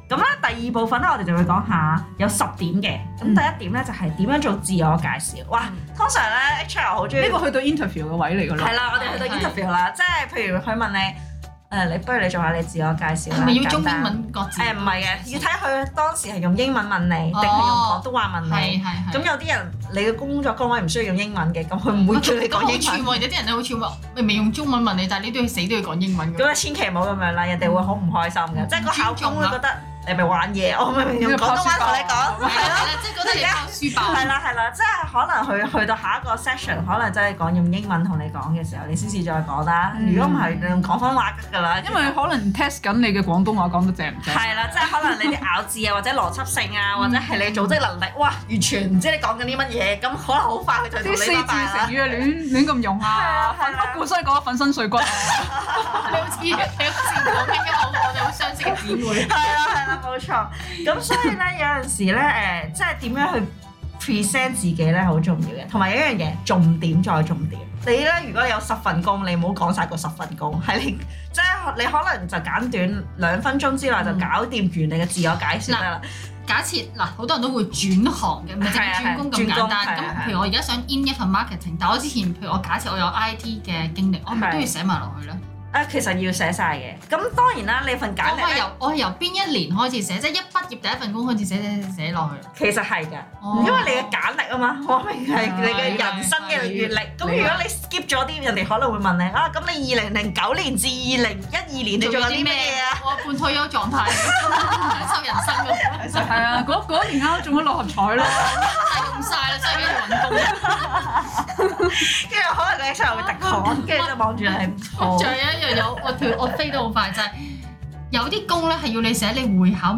[SPEAKER 2] 咁咧第二部分咧，我哋就會講下有十點嘅。咁
[SPEAKER 3] 嗯
[SPEAKER 2] 第一點咧就係點樣做自我介紹。哇，通常咧 HR 好中意
[SPEAKER 3] 呢個去到 interview 嘅位嚟㗎啦
[SPEAKER 2] 係。啦，我哋去到 interview 啦，即係譬如佢問你誒，你不如你做下你自我介紹
[SPEAKER 1] 係
[SPEAKER 2] 啦。
[SPEAKER 1] 咪要中
[SPEAKER 2] 簡單
[SPEAKER 1] 英？文各自？
[SPEAKER 2] 誒唔係嘅，要睇佢當時係用英文問你，定係用廣東話問
[SPEAKER 1] 係
[SPEAKER 2] 你。
[SPEAKER 1] 係係。
[SPEAKER 2] 咁有啲人你嘅工作崗位唔需要用英文嘅，咁 佢唔會叫你講英文。
[SPEAKER 1] 咁好串喎，有啲人咧好串喎，明明用中文問你，但係你都要死都要講英文
[SPEAKER 2] 咁
[SPEAKER 1] 㗎。
[SPEAKER 2] 啊，千祈唔好咁樣啦，人哋會好唔開心嘅，即係個考官會覺得你係咪玩嘢，我明明用廣東話同你講，
[SPEAKER 1] 係
[SPEAKER 2] 係
[SPEAKER 1] 啦
[SPEAKER 2] 咯。
[SPEAKER 1] 係啦，即係覺得你拋書包。
[SPEAKER 2] 係啦係啦，即係可能去去到下一個 session，可能真係講用英文同你講嘅時候，你先至再講啦。
[SPEAKER 3] 嗯
[SPEAKER 2] 如果唔係，你用廣東話得㗎啦。
[SPEAKER 3] 因為可能 test 緊你嘅廣東話講得正唔正。
[SPEAKER 2] 係啦，即係可能你啲咬字啊，或者邏輯性啊，或者係你組織能力，哇，完全唔知你講緊啲乜嘢，咁可能好快佢就同
[SPEAKER 3] 啲四字
[SPEAKER 2] 你拜拜
[SPEAKER 3] 成
[SPEAKER 2] 啦。
[SPEAKER 3] 語啊，亂亂咁用啊，
[SPEAKER 2] 係啊係啊
[SPEAKER 3] 粉骨所以講得粉身碎 骨啊。
[SPEAKER 1] 你好似你好似講緊一個我哋好相識嘅姊妹。
[SPEAKER 2] 係啦係啦，冇錯。咁所以咧，有陣時咧，誒、即係點樣去 present 自己咧，好重要嘅。同埋有一樣嘢，重點再重點。你咧，如果有十份工，你唔好講晒嗰十份工，係你即係你可能就簡短兩分鐘之內
[SPEAKER 3] 嗯
[SPEAKER 2] 就搞掂完你嘅自我介紹得啦。
[SPEAKER 1] 假設嗱，好多人都會轉行嘅，唔係淨係轉工咁
[SPEAKER 2] 係啊係啊轉
[SPEAKER 1] 簡單。
[SPEAKER 2] 工係啊
[SPEAKER 1] 咁譬如我而家想 in 一份 marketing，但我之前譬如我假設我有 IT 嘅經歷，我係咪都要寫埋落去咧？
[SPEAKER 2] 啊，其實要寫晒嘅。咁當然啦，你份簡
[SPEAKER 1] 我
[SPEAKER 2] 歷
[SPEAKER 1] 係
[SPEAKER 2] 咧
[SPEAKER 1] 由我係由邊一年開始寫，即係一畢業第一份工開始寫寫寫寫落去。
[SPEAKER 2] 其實係㗎，
[SPEAKER 1] 哦
[SPEAKER 2] 因為你嘅簡歷啊嘛，我明係你嘅人生嘅閲歷。咁如果你 skip 咗啲，人哋可能會問你啊，咁你二零零九年至二零一二年你做緊啲咩啊？？
[SPEAKER 1] 我半退休 狀態，享受人生喎，
[SPEAKER 3] 係啊，嗰嗰年啱中咗六合彩咯，
[SPEAKER 1] 但係用晒啦，真係俾你揾工。
[SPEAKER 2] 跟住可能佢出嚟會突汗，跟住就望住你
[SPEAKER 1] 仲
[SPEAKER 2] 哦
[SPEAKER 1] 有一樣有我跳我飛得好快，就係、有啲工咧係要你寫你會考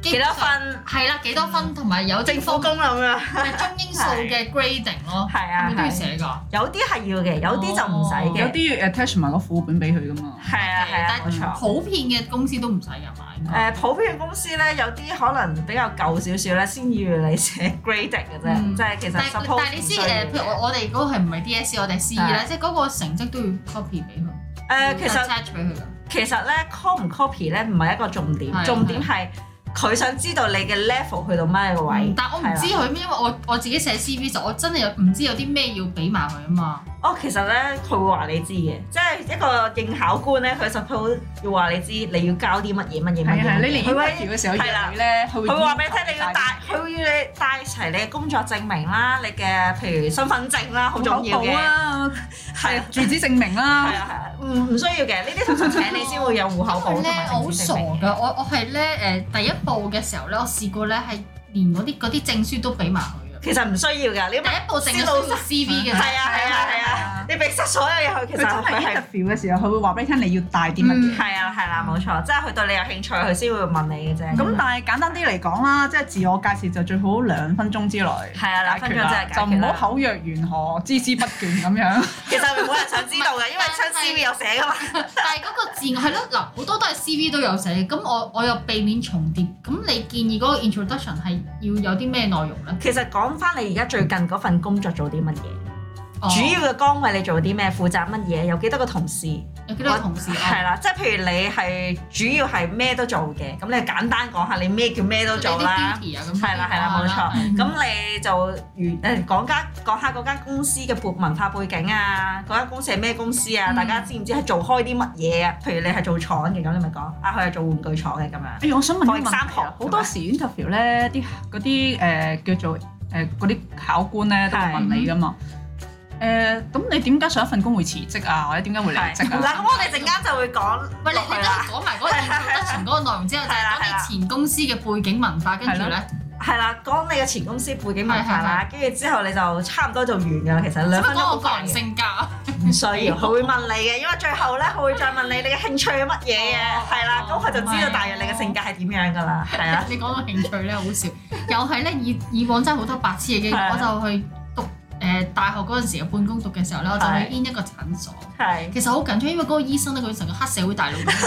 [SPEAKER 2] 幾
[SPEAKER 1] 幾
[SPEAKER 2] 多？分
[SPEAKER 1] 係啦，幾多分同埋有
[SPEAKER 2] 政府
[SPEAKER 1] 工
[SPEAKER 2] 工咁樣。
[SPEAKER 1] 中英數嘅 grading 咯，
[SPEAKER 2] 係
[SPEAKER 1] 係
[SPEAKER 2] 啊
[SPEAKER 1] 咪，都要寫㗎？
[SPEAKER 2] 有啲係要嘅，有啲就唔使
[SPEAKER 1] 哦
[SPEAKER 3] 有
[SPEAKER 2] 嘅。
[SPEAKER 3] 啲要 attach 埋個副本俾佢噶嘛。
[SPEAKER 2] 係啊係啊，冇錯。
[SPEAKER 1] 普遍嘅公司都唔使㗎嘛，應
[SPEAKER 2] 誒、
[SPEAKER 1] 該。
[SPEAKER 2] 普遍公司咧，有啲可能比較舊少少咧，先要你 寫 grading 嘅啫，
[SPEAKER 1] 嗯
[SPEAKER 2] 即係其實
[SPEAKER 1] 但
[SPEAKER 2] suppose
[SPEAKER 1] 但係你
[SPEAKER 2] 唔需
[SPEAKER 1] 知
[SPEAKER 2] 要
[SPEAKER 1] 誒，譬如我我哋嗰個係唔係 DSE，我哋係 CE 啦，即係嗰個成績都要 copy 俾
[SPEAKER 2] 誒
[SPEAKER 1] 佢，Ừ.
[SPEAKER 2] 其實
[SPEAKER 1] attach 俾佢㗎。
[SPEAKER 2] 其實咧 copy 唔 copy 咧唔係一個重點，
[SPEAKER 1] 係
[SPEAKER 2] 重點係佢想知道你嘅 level 去到咩個位。
[SPEAKER 1] 但我唔
[SPEAKER 2] 係啦
[SPEAKER 1] 知佢咩，因為我我自己寫 CV 就我真係有唔知有啲咩要俾埋佢啊嘛。
[SPEAKER 2] 哦，其實咧佢會話你知嘅，即係一個應考官咧，佢 suppose 要話你知你要交啲乜嘢乜嘢
[SPEAKER 3] 係
[SPEAKER 2] 乜
[SPEAKER 3] 啊係，
[SPEAKER 2] 嘢。
[SPEAKER 3] 你連
[SPEAKER 2] 佢
[SPEAKER 3] interview
[SPEAKER 2] 會
[SPEAKER 3] 嘅時候
[SPEAKER 2] 係啦
[SPEAKER 3] 要咧，佢會
[SPEAKER 2] 佢會話俾你聽，你要帶佢要你帶齊你嘅工作證明啦，你嘅譬如身份證啦，好重要
[SPEAKER 3] 戶口簿
[SPEAKER 2] 嘅。
[SPEAKER 3] 啊，
[SPEAKER 2] 係啊
[SPEAKER 3] 住址證明
[SPEAKER 2] 係
[SPEAKER 3] 啦。
[SPEAKER 2] 啊係啊，唔唔需要嘅，呢啲通常請你先會有戶口
[SPEAKER 1] 因
[SPEAKER 2] 簿
[SPEAKER 1] 為
[SPEAKER 2] 同
[SPEAKER 1] 咧
[SPEAKER 2] 埋，
[SPEAKER 1] 我好
[SPEAKER 2] 政治
[SPEAKER 1] 傻
[SPEAKER 2] 證明
[SPEAKER 1] 㗎，我我係咧誒第一步嘅時候咧，我試過咧係連嗰啲嗰啲證書都俾埋佢嘅。
[SPEAKER 2] 其實唔需要㗎，你
[SPEAKER 1] 第一步淨係
[SPEAKER 2] 老
[SPEAKER 1] 需要 CV 嘅啫。
[SPEAKER 2] 係啊係啊係啊，你俾晒所有嘢佢，其
[SPEAKER 3] 佢
[SPEAKER 2] 實
[SPEAKER 3] 真係
[SPEAKER 2] 佢係
[SPEAKER 3] interview 嘅時候，佢會話俾你聽你要帶啲乜嘢。
[SPEAKER 2] 係啊係啦，冇錯，即係佢對你有興趣，佢先會問你嘅啫。
[SPEAKER 3] 咁
[SPEAKER 2] 咁
[SPEAKER 3] 但係簡單啲嚟講啦，即係自我介紹就最好兩分鐘之內解
[SPEAKER 2] 係啊，兩分鐘
[SPEAKER 3] 決
[SPEAKER 2] 真係
[SPEAKER 3] 啦，
[SPEAKER 2] 解
[SPEAKER 3] 就
[SPEAKER 2] 決
[SPEAKER 3] 唔好
[SPEAKER 2] 啦。
[SPEAKER 3] 口若懸河、孜孜不倦咁樣。
[SPEAKER 2] 其實冇人想知道嘅，因為親 CV 有寫㗎嘛。
[SPEAKER 1] 但係嗰個字係咯，嗱好多都係 CV 都有寫嘅，咁我我又避免重疊。咁你建議嗰個 introduction 係要有啲咩內容咧？
[SPEAKER 2] 其實講翻你而家最近嗰份工作做啲乜嘢？
[SPEAKER 1] 哦
[SPEAKER 2] 主要嘅崗位你做啲咩？負責乜嘢？有幾多個同事？
[SPEAKER 1] 有幾多同事？哦
[SPEAKER 2] 係啦，即係譬如你係主要係咩都做嘅，咁你簡單講下你咩叫咩都
[SPEAKER 1] 哦
[SPEAKER 2] 做
[SPEAKER 1] 你啲
[SPEAKER 2] 啦。
[SPEAKER 1] duty 啊咁。
[SPEAKER 2] 係啦係啦，冇錯。
[SPEAKER 1] 係嗯
[SPEAKER 2] 咁你就如誒講間講下嗰間公司嘅背文化背景啊，嗰間公司係咩公司啊？
[SPEAKER 1] 嗯
[SPEAKER 2] 大家知唔知係做開啲乜嘢啊？譬如你係做廠嘅，咁你咪講啊，佢係做玩具廠嘅咁樣。
[SPEAKER 3] 哎呀，我想問一個問
[SPEAKER 2] 放三
[SPEAKER 3] 題
[SPEAKER 2] 行
[SPEAKER 3] 啊好多時 interview 咧，啲嗰啲誒叫做誒呃嗰啲考官咧都會問你噶嘛。呃誒，咁、你點解上一份工會辭職啊？或者點解會離
[SPEAKER 2] 係
[SPEAKER 3] 職
[SPEAKER 2] 嗱，
[SPEAKER 3] 啊？
[SPEAKER 2] 咁我哋陣間就會講
[SPEAKER 1] 喂，你
[SPEAKER 2] 落
[SPEAKER 1] 你
[SPEAKER 2] 去
[SPEAKER 1] 都
[SPEAKER 2] 啦，
[SPEAKER 1] 講埋嗰個 introduction 嗰個內容之後，就係講你前公司嘅背景文化，跟住咧，
[SPEAKER 2] 係啦，講你嘅前公司背景文化啦，跟住之後你就差唔多就完㗎啦。其實
[SPEAKER 1] 使
[SPEAKER 2] 兩
[SPEAKER 1] 乜
[SPEAKER 2] 分鐘
[SPEAKER 1] 講
[SPEAKER 2] 好
[SPEAKER 1] 我個
[SPEAKER 2] 快
[SPEAKER 1] 人
[SPEAKER 2] 嘅，
[SPEAKER 1] 性格啊？
[SPEAKER 2] 唔需要，佢會問你嘅，因為最後咧佢會再問你你嘅興趣係乜嘢嘅
[SPEAKER 1] 哦，
[SPEAKER 2] 係啦，咁佢就知道大約你嘅性格係點樣㗎啦，係啊啦。
[SPEAKER 1] 你講到興趣咧，好笑。又係咧，以以往真係好多白痴嘅經
[SPEAKER 2] 係
[SPEAKER 1] 驗。
[SPEAKER 2] 啊
[SPEAKER 1] 我就去讀誒、呃大學嗰陣時嘅半工讀嘅時候咧，我就
[SPEAKER 2] 係
[SPEAKER 1] 去 in 一個診所。
[SPEAKER 2] 係，
[SPEAKER 1] 其實好緊張，因為嗰個醫生咧，佢成個黑社會大佬咁樣，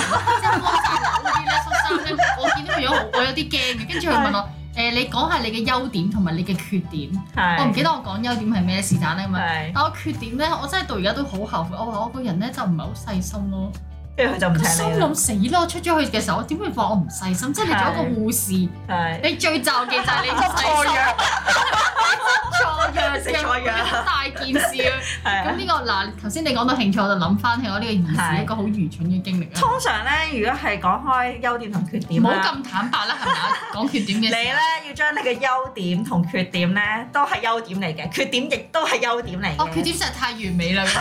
[SPEAKER 1] 即係幫大佬嗰啲咧，叔衫咧，我見到佢樣好，我有啲驚嘅。跟住佢問我誒、呃你講下你嘅優點同埋你嘅缺點。
[SPEAKER 2] 係
[SPEAKER 1] 我唔記得我講優點係咩是但咧咁樣。
[SPEAKER 2] 係，
[SPEAKER 1] 但我缺點咧，我真係到而家都好後悔。我話我個人咧就唔係好細心咯。
[SPEAKER 2] 跟住佢就唔
[SPEAKER 1] 心
[SPEAKER 2] 請你啦。
[SPEAKER 1] 諗死咯，出咗去嘅時候，我點會話我唔細心？即係你做一個護士。
[SPEAKER 2] 係
[SPEAKER 1] 你最就嘅就係你唔使
[SPEAKER 2] 錯藥，
[SPEAKER 1] 錯藥
[SPEAKER 2] 食錯藥
[SPEAKER 1] 好大件事啊！
[SPEAKER 2] 係
[SPEAKER 1] 咁
[SPEAKER 2] 啊。
[SPEAKER 1] 呢個嗱，頭先你講到興趣，我就諗翻起我呢個兒時
[SPEAKER 2] 係
[SPEAKER 1] 一個好愚蠢嘅經歷啊！
[SPEAKER 2] 通常咧，如果係講開優點同缺
[SPEAKER 1] 唔
[SPEAKER 2] 點
[SPEAKER 1] 好
[SPEAKER 2] 啦，
[SPEAKER 1] 咁坦白啦，係咪啊？講缺點
[SPEAKER 2] 啊你
[SPEAKER 1] 嘅時
[SPEAKER 2] 咧
[SPEAKER 1] 候，
[SPEAKER 2] 要將你嘅優點同缺點咧都係優點嚟嘅，缺點亦都係優點嚟
[SPEAKER 1] 哦，缺
[SPEAKER 2] 嘅。
[SPEAKER 1] 點實在太完 美啦！
[SPEAKER 2] 即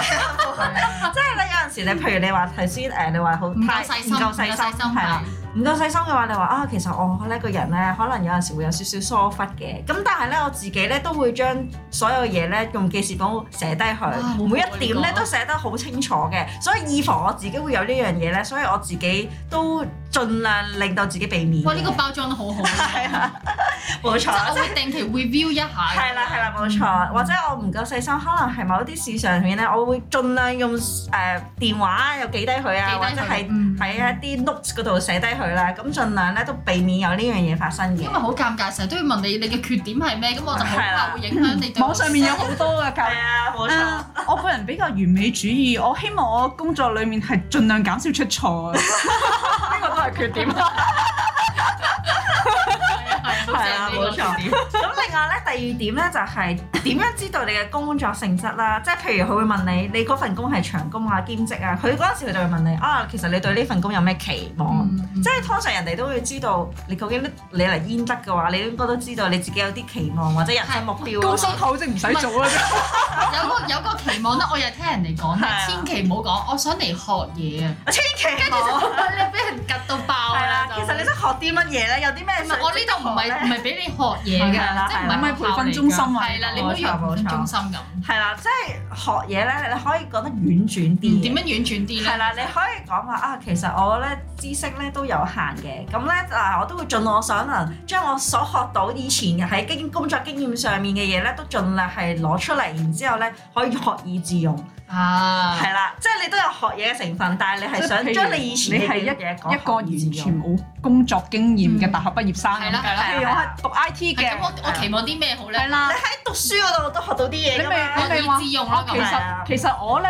[SPEAKER 2] 係咧有陣時，你譬如你話頭先誒，你話好
[SPEAKER 1] 唔夠細心，
[SPEAKER 2] 唔夠細心係啦。唔夠細心嘅話，你話啊，其實我呢個人咧，可能有陣時會有少少疏忽嘅。咁但係咧，我自己咧都會將所有嘢咧用記事本寫低佢，
[SPEAKER 1] 啊好
[SPEAKER 2] 每
[SPEAKER 1] 好啊
[SPEAKER 2] 一點
[SPEAKER 1] 呢
[SPEAKER 2] 咧
[SPEAKER 1] 個
[SPEAKER 2] 都寫得好清楚嘅。所以以防我自己會有呢樣嘢咧，所以我自己都盡量令到自己避免嘅。
[SPEAKER 1] 哇！呢個包裝得好好，
[SPEAKER 2] 係
[SPEAKER 1] 即
[SPEAKER 2] 啊， 冇 錯
[SPEAKER 1] 係
[SPEAKER 2] 啦，
[SPEAKER 1] 我
[SPEAKER 2] 即係
[SPEAKER 1] 會定期 review 一下。
[SPEAKER 2] 係啦係啦，冇錯。或者我唔夠細心，可能係某啲事上面咧，我會盡量用誒、呃、電話又記低佢啊，或
[SPEAKER 1] 記低
[SPEAKER 2] 者
[SPEAKER 1] 佢
[SPEAKER 2] 係
[SPEAKER 1] 嗯
[SPEAKER 2] 喺一啲 notes 嗰度寫低佢啦。咁盡量咧都避免有呢樣嘢發生嘅
[SPEAKER 1] 因為。好尷尬，成日都要問你你嘅缺點係咩，咁我就好
[SPEAKER 2] 係啦
[SPEAKER 1] 怕會影響你對我
[SPEAKER 3] 網上面有好多嘅教
[SPEAKER 2] 係啊，冇錯。
[SPEAKER 3] 啊！我個人比較完美主義，我希望我工作裡面係盡量減少出啊錯。呢個都係缺點。
[SPEAKER 1] 係啊係啊都
[SPEAKER 2] 係啊，
[SPEAKER 1] 正
[SPEAKER 2] 冇
[SPEAKER 1] 呢個
[SPEAKER 2] 錯。咁另外咧，第二點咧就係、點樣知道你嘅工作性質啦。即係譬如佢會問你，你嗰份工係長工啊、兼職啊，佢嗰陣時佢就會問你啊，其實你對呢份工有咩期望？
[SPEAKER 1] 嗯
[SPEAKER 2] 即係通常人哋都會知道你究竟你嚟煙得嘅話，你應該都知道你自己有啲期望或者人生目標
[SPEAKER 3] 高
[SPEAKER 2] 啊。
[SPEAKER 3] 薪厚職唔使做啦，
[SPEAKER 1] 有個有個期望咧，我又聽人哋講
[SPEAKER 2] 係啊
[SPEAKER 1] 咧，千祈唔好講，我想嚟學嘢啊，
[SPEAKER 2] 千祈
[SPEAKER 1] 跟
[SPEAKER 2] 唔
[SPEAKER 1] 住
[SPEAKER 2] 好。
[SPEAKER 1] 就你俾人夾到爆
[SPEAKER 2] 係
[SPEAKER 1] 啦
[SPEAKER 2] 啦，。其實你想學啲乜嘢咧？有啲咩
[SPEAKER 1] 唔係我呢度唔係唔係俾你學嘢
[SPEAKER 2] 係啦
[SPEAKER 1] 㗎，即係唔
[SPEAKER 2] 係啦
[SPEAKER 1] 係
[SPEAKER 3] 咪培訓中心啊？
[SPEAKER 1] 係啦，你唔
[SPEAKER 2] 冇
[SPEAKER 1] 好
[SPEAKER 2] 錯
[SPEAKER 1] 用培訓
[SPEAKER 2] 冇錯
[SPEAKER 1] 中心咁。
[SPEAKER 2] 係啦，即係學嘢咧，你可以講得婉轉
[SPEAKER 1] 嗯
[SPEAKER 2] 啲嘅。
[SPEAKER 1] 點樣婉轉啲
[SPEAKER 3] 啊
[SPEAKER 2] 係
[SPEAKER 1] 咧？
[SPEAKER 2] 啦，你可以講話啊，其實我咧知識咧都有限嘅，咁咧嗱我都會盡我所能，將我所學到以前喺經工作經驗上面嘅嘢咧，都盡量係攞出嚟，然之後咧可以學以致用，
[SPEAKER 1] 啊，
[SPEAKER 2] 係啦，即係你都有學嘢嘅成分，但係你係
[SPEAKER 3] 即係譬
[SPEAKER 2] 想
[SPEAKER 3] 如
[SPEAKER 2] 將你以前
[SPEAKER 3] 你係
[SPEAKER 2] 嘅嘢講
[SPEAKER 3] 一
[SPEAKER 2] 學
[SPEAKER 3] 個完
[SPEAKER 2] 以致用
[SPEAKER 3] 全冇工作經驗嘅大學畢業生
[SPEAKER 1] 係
[SPEAKER 3] 咁
[SPEAKER 1] 啦
[SPEAKER 3] 計啦，
[SPEAKER 1] 係啦
[SPEAKER 3] 譬
[SPEAKER 2] 係
[SPEAKER 3] 如
[SPEAKER 2] 啦
[SPEAKER 3] 我係讀 I T
[SPEAKER 1] 係啊
[SPEAKER 3] 嘅
[SPEAKER 1] 咁，我我期望啲咩好咧
[SPEAKER 3] 係？啦
[SPEAKER 2] 你。喺讀書嗰度都學到啲嘢㗎
[SPEAKER 3] 你
[SPEAKER 2] 嘛啊
[SPEAKER 3] 明
[SPEAKER 1] 學以致用咯
[SPEAKER 3] 其
[SPEAKER 1] 咁。
[SPEAKER 2] 係啊
[SPEAKER 3] 實其實我咧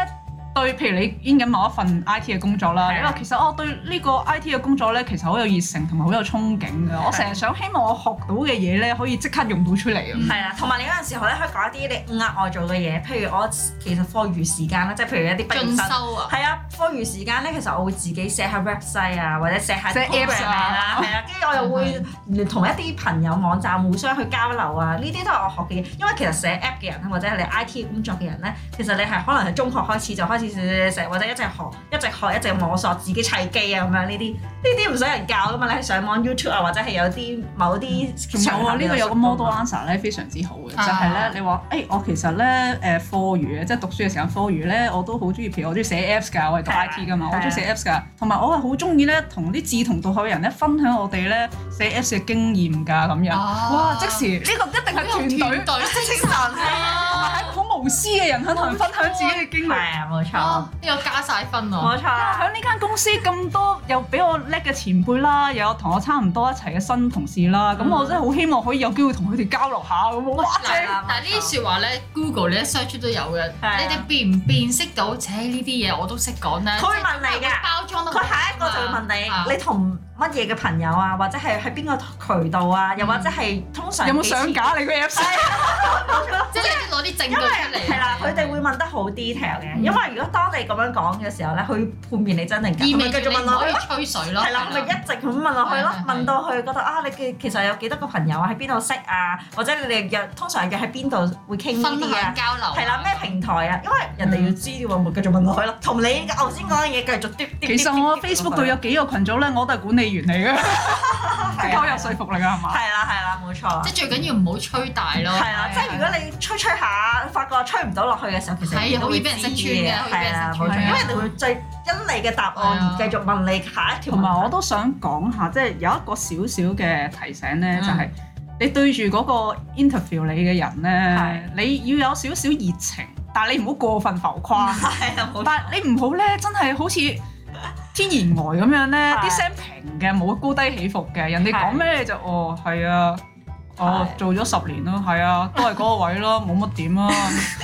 [SPEAKER 3] 對，譬如你兼緊某一份 I T 嘅工作啦，
[SPEAKER 2] 係啊
[SPEAKER 3] 因為其實我對呢個 I T 嘅工作咧，其實好有熱誠同埋好有憧憬嘅。我成日想希望我學到嘅嘢咧，可以即刻用到出嚟嘅。
[SPEAKER 1] 嗯
[SPEAKER 2] 係啊啦，同埋你嗰陣時候咧，可以講一啲你額外做嘅嘢，譬如我其實課餘時間啦，即係譬如一啲畢業
[SPEAKER 1] 進
[SPEAKER 2] 生。
[SPEAKER 1] 修啊，
[SPEAKER 2] 係啊，課餘時間咧，其實我會自己寫下 website 啊，或者寫下
[SPEAKER 3] 寫
[SPEAKER 2] program
[SPEAKER 3] apps 啊嗯
[SPEAKER 2] 啦，係啊，跟住我又會同一啲朋友網站互相去交流啊，呢啲都係我學嘅嘢。因為其實寫 app 嘅人或者係你 IT 工作嘅人咧，其實你係可能係中學開始就開始寫寫寫，或者一直學一直學一直摸索自己砌機啊咁樣呢啲，呢啲唔使人教噶嘛，你係上網 YouTube 啊，或者係有啲某啲
[SPEAKER 3] 仲有啊，呢個有個 model
[SPEAKER 2] 啊，
[SPEAKER 3] answer 咧非常之好嘅，就
[SPEAKER 1] 啊
[SPEAKER 3] 係咧你話，誒我其實咧誒課餘啊即係讀書嘅時間課餘咧，我都好中意，譬如我中意寫 apps 㗎，我係讀
[SPEAKER 2] 係啊
[SPEAKER 3] IT 㗎嘛，
[SPEAKER 2] 係啊
[SPEAKER 3] 我中意寫 apps 㗎，同埋我係好中意咧同啲志同道合嘅人咧分享我哋咧寫 apps 嘅經驗㗎咁樣。
[SPEAKER 1] 啊
[SPEAKER 3] 哇！即時呢個一定
[SPEAKER 1] 好有
[SPEAKER 3] 係團 隊
[SPEAKER 1] 團隊精
[SPEAKER 2] 精神
[SPEAKER 1] 啊！
[SPEAKER 3] 係一個好無私嘅人喺同人分享自己嘅經歷。
[SPEAKER 2] 係啊，冇錯
[SPEAKER 1] 哦，，呢個加晒分喎。
[SPEAKER 2] 冇錯啦，
[SPEAKER 3] 喺呢間公司咁多又比我叻嘅前輩啦，又有同我差唔多一齊嘅新同事啦，
[SPEAKER 2] 嗯
[SPEAKER 3] 咁我真係好希望可以有機會同佢哋交流下咁。哇！
[SPEAKER 1] 嗱
[SPEAKER 2] 係啊，
[SPEAKER 1] 但係呢啲説話咧，Google 你一 search 都有嘅。
[SPEAKER 2] 係啊
[SPEAKER 1] 你哋辨唔辨識到？且呢啲嘢我都識講啦。
[SPEAKER 2] 佢會問你
[SPEAKER 1] 即係
[SPEAKER 2] 㗎
[SPEAKER 1] 包裝得好
[SPEAKER 2] 佢下一個就會問
[SPEAKER 1] 啊
[SPEAKER 2] 你，你同乜嘢嘅朋友啊，或者係喺邊個渠道
[SPEAKER 1] 嗯
[SPEAKER 2] 啊，又或者係通常
[SPEAKER 3] 有冇
[SPEAKER 2] 幾
[SPEAKER 3] 上
[SPEAKER 2] 次？
[SPEAKER 3] 架你個 apps？
[SPEAKER 1] 即係你攞啲證據
[SPEAKER 2] 因為
[SPEAKER 1] 出嚟。嗯
[SPEAKER 2] 係啦，佢哋會問得好 detail 嘅，因為如果當你咁樣講嘅時候咧，佢會判別你真定假，
[SPEAKER 1] 意
[SPEAKER 2] 佢
[SPEAKER 1] 味
[SPEAKER 2] 咪繼
[SPEAKER 1] 住你
[SPEAKER 2] 續問
[SPEAKER 1] 唔
[SPEAKER 2] 落
[SPEAKER 1] 可
[SPEAKER 2] 去
[SPEAKER 1] 以
[SPEAKER 2] 咯。
[SPEAKER 1] 吹水咯。
[SPEAKER 2] 係啦，我咪一直咁問落去咯
[SPEAKER 1] 係係，係
[SPEAKER 2] 問到佢覺得啊，你嘅其實有幾多個朋友啊，喺邊度識啊，或者你哋約通常約喺邊度會傾呢
[SPEAKER 1] 分
[SPEAKER 2] 啲啊
[SPEAKER 1] 享？交流。
[SPEAKER 2] 係啦，咩平台啊？因為人哋要知嘅喎，咪繼續問落去
[SPEAKER 1] 嗯
[SPEAKER 2] 咯。同你頭先講嘅嘢繼續啲啲。
[SPEAKER 3] 其實我
[SPEAKER 2] 嘟嘟嘟嘟
[SPEAKER 3] Facebook 度有幾個群組咧，我都係管理員嚟嘅，夠有說服力啊，係嘛？
[SPEAKER 2] 係啦係啦，冇錯啦
[SPEAKER 1] 即。係最啊緊要唔好吹大咯。
[SPEAKER 2] 係啦，即係如果你吹吹下，發覺吹唔到落去嘅時候，其實
[SPEAKER 1] 係啊
[SPEAKER 2] 你都會
[SPEAKER 1] 好易俾人識穿嘅
[SPEAKER 2] 知
[SPEAKER 1] 好易俾人
[SPEAKER 2] 係啦，
[SPEAKER 1] 識
[SPEAKER 2] 冇
[SPEAKER 1] 穿
[SPEAKER 2] 錯，
[SPEAKER 1] 嘅哦
[SPEAKER 2] 因為你會最因你嘅答案而繼續問你下一條
[SPEAKER 3] 同埋我
[SPEAKER 2] 問題。
[SPEAKER 3] 都想講下，即係有一個少少嘅提醒咧，
[SPEAKER 2] 嗯
[SPEAKER 3] 就係你對住嗰個 interview 你嘅人咧，你要有少少熱情，但係你唔好過分浮 誇。
[SPEAKER 2] 係啦，冇錯
[SPEAKER 3] 但係你唔好咧，真係好似天然呆咁樣咧，
[SPEAKER 2] 係
[SPEAKER 3] 啲聲平嘅，冇高低起伏嘅。人哋講咩你就哦係啊，哦
[SPEAKER 2] 係
[SPEAKER 3] 做咗十年咯，係 啊，都係嗰個位咯，冇乜點啊。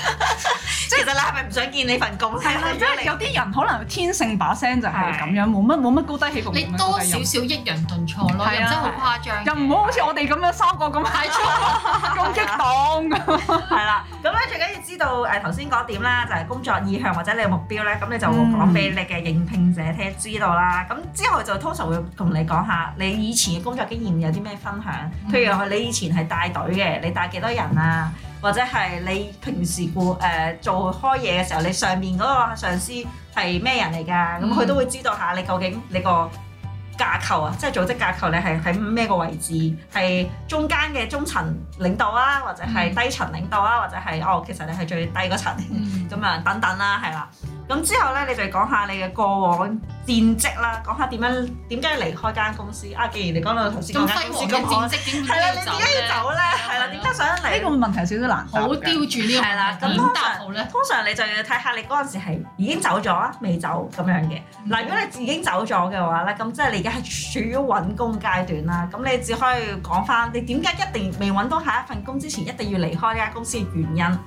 [SPEAKER 2] 即係其實你係咪唔想見你份工咧？
[SPEAKER 3] 係啦，即係有啲人可能天性把聲就係咁
[SPEAKER 2] 係
[SPEAKER 3] 樣，冇乜冇乜高低起伏。
[SPEAKER 1] 你
[SPEAKER 3] 冇乜
[SPEAKER 1] 多
[SPEAKER 3] 高
[SPEAKER 1] 少
[SPEAKER 3] 低音
[SPEAKER 1] 少抑揚頓挫咯，
[SPEAKER 3] 係啊
[SPEAKER 1] 又真係好誇張嘅。
[SPEAKER 3] 又唔好好似我哋咁樣三個咁
[SPEAKER 1] 太
[SPEAKER 3] 係
[SPEAKER 1] 粗
[SPEAKER 3] 咁激動咁。
[SPEAKER 2] 係啦，咁咧最緊要知道誒頭先嗰點啦，就係工作意向或者你嘅目標咧，咁你就會講俾你嘅應聘者聽知道啦。咁之後就通常會同你講下你以前嘅工作經驗有啲咩分享，
[SPEAKER 1] 嗯
[SPEAKER 2] 譬如你以前係帶隊嘅，你帶幾多人啊？或者係你平時顧誒、做開嘢嘅時候，你上面嗰個上司係咩人嚟㗎？咁佢、
[SPEAKER 1] 嗯
[SPEAKER 2] 都會知道下你究竟你個架構啊，即係組織架構，你係喺咩個位置？係中間嘅中層領導啊，或者係
[SPEAKER 1] 嗯
[SPEAKER 2] 低層領導啊，或者係哦，其實你係最低嗰層
[SPEAKER 1] 嗯
[SPEAKER 2] 咁啊，等等啦，係啦。咁之後咧，你就講下你嘅過往戰績啦，講下點樣點解離開間公司啊？既然你講到頭先嗰
[SPEAKER 1] 咁
[SPEAKER 2] 間
[SPEAKER 1] 輝
[SPEAKER 2] 公司咁
[SPEAKER 1] 煌嘅戰
[SPEAKER 2] 好，
[SPEAKER 1] 績點
[SPEAKER 2] 係啦，
[SPEAKER 1] 解
[SPEAKER 2] 你點解
[SPEAKER 1] 要走啊
[SPEAKER 2] 要走
[SPEAKER 1] 咧？
[SPEAKER 2] 咧？係啦，點解想
[SPEAKER 3] 呢
[SPEAKER 2] 嚟
[SPEAKER 3] 個？問題少少難答
[SPEAKER 1] 好
[SPEAKER 3] 嘅
[SPEAKER 1] 刁鑽呢個
[SPEAKER 2] 係啦
[SPEAKER 1] 問
[SPEAKER 2] 咁通
[SPEAKER 1] 題，點
[SPEAKER 2] 常
[SPEAKER 1] 答好咧？
[SPEAKER 2] 通常你就要睇下你嗰陣時係已經走咗啊，未走咁樣嘅。嗱，如果你已經走咗嘅話咧，咁即係你而家係處於揾工階段啦。咁你只可以講翻你點解一定未揾到下一份工之前，一定要離開呢間公司嘅原因。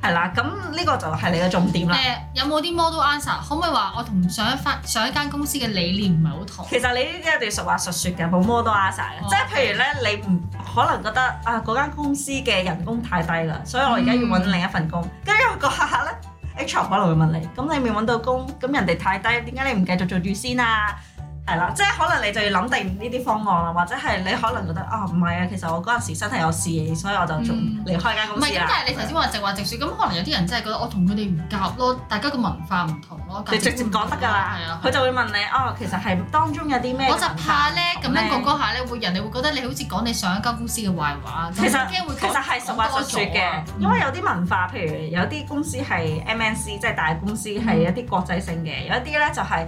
[SPEAKER 2] 係啦，咁呢個就係你嘅重點
[SPEAKER 1] 誒、
[SPEAKER 2] 啦。
[SPEAKER 1] 有冇啲 model answer？可唔可以話我同上一翻上一間公司嘅理念唔係好同？
[SPEAKER 2] 其實你呢啲一定要實話實説嘅，冇 model answer 嘅。
[SPEAKER 1] 哦
[SPEAKER 2] 即係譬如咧，你唔可能覺得啊嗰間公司嘅人工太低啦，所以我而家要揾另一份
[SPEAKER 1] 嗯
[SPEAKER 2] 工。跟住個客客咧，HR 可能會問你：咁你未揾到工，咁人哋太低，點解你唔繼續做住先啊？係啦，即係可能你就要諗定呢啲方案啦，或者係你可能覺得啊唔係啊，其實我嗰陣時真係有事，所以我就仲
[SPEAKER 1] 嗯
[SPEAKER 2] 離開間
[SPEAKER 1] 唔
[SPEAKER 2] 公司
[SPEAKER 1] 係咁，
[SPEAKER 2] 啦。
[SPEAKER 1] 但係你頭先話直話直説，咁可能有啲人真係覺得我同佢哋唔夾咯，大家嘅文化唔同咯。
[SPEAKER 2] 你直接講得㗎啦
[SPEAKER 1] 係啊，。
[SPEAKER 2] 佢就會問你哦，其實係當中有啲咩？
[SPEAKER 1] 我就怕咧咁樣講講下咧，會人哋會覺得你好似講你上一間公司嘅壞話，
[SPEAKER 2] 其實
[SPEAKER 1] 咁驚會
[SPEAKER 2] 其實係實話實説
[SPEAKER 3] 哦
[SPEAKER 2] 嘅，因為有啲文化，譬如有啲公司係 MNC，即係大公司係一啲國際性嘅，有一啲咧就係、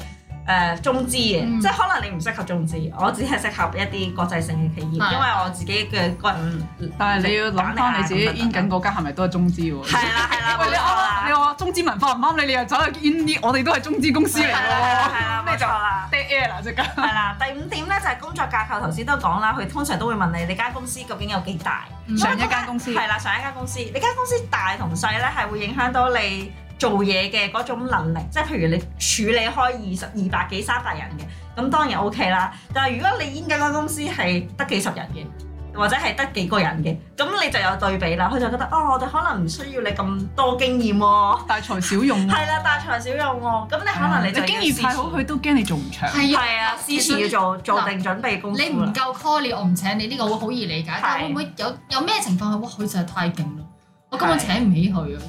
[SPEAKER 2] 誒中資嘅，
[SPEAKER 1] 嗯
[SPEAKER 2] 即係可能你唔適合中資，我只係適合一啲國際性嘅企業，因
[SPEAKER 1] 係
[SPEAKER 2] 為我自己嘅個人
[SPEAKER 3] 但係你要諗翻你自
[SPEAKER 2] 簡
[SPEAKER 3] 己
[SPEAKER 2] 歷啊
[SPEAKER 3] in 緊嗰間係咪都係中資喎？
[SPEAKER 2] 係啦係啦，
[SPEAKER 3] 喂，
[SPEAKER 2] 冇
[SPEAKER 3] 你
[SPEAKER 2] 錯
[SPEAKER 3] 啱啱你
[SPEAKER 2] 啦，
[SPEAKER 3] 話中資文化唔啱你，你又走去 in 啲，我哋都係中資公司嚟
[SPEAKER 2] 係啦係啦
[SPEAKER 3] 喎。
[SPEAKER 2] 係啦，
[SPEAKER 3] 啊你
[SPEAKER 2] 冇錯
[SPEAKER 3] 就
[SPEAKER 2] 啦。
[SPEAKER 3] dead air 啦，即刻。
[SPEAKER 2] 係啦，第五點咧就係工作架構，頭先都講啦，佢通常都會問你你間公司究竟有幾大？
[SPEAKER 1] 嗯
[SPEAKER 3] 上一間公司
[SPEAKER 2] 係啦，上一間公司，你間公司大同細咧係會影響到你做嘢嘅嗰種能力，即係譬如你處理開二十二百幾三百人嘅，咁當然 OK 啦。但係如果你已經間間公司係得幾十人嘅。或者係得幾個人嘅，咁你就有對比啦。佢就覺得哦，我哋可能唔需要你咁多經驗喎、
[SPEAKER 3] 大材小用喎。
[SPEAKER 2] 係啦，大材小用喎、咁你可能你就
[SPEAKER 3] 嗯啊你經
[SPEAKER 2] 要
[SPEAKER 3] 驗太好，
[SPEAKER 2] 思
[SPEAKER 3] 佢都驚你做唔長。
[SPEAKER 1] 係啊，
[SPEAKER 2] 係啊，私事要做做定準備功夫
[SPEAKER 1] 你唔夠 call 你，我唔請你，呢個會好易理解。但係會唔會有有咩情況係哇佢就係太勁啦，我根本請唔起佢啊！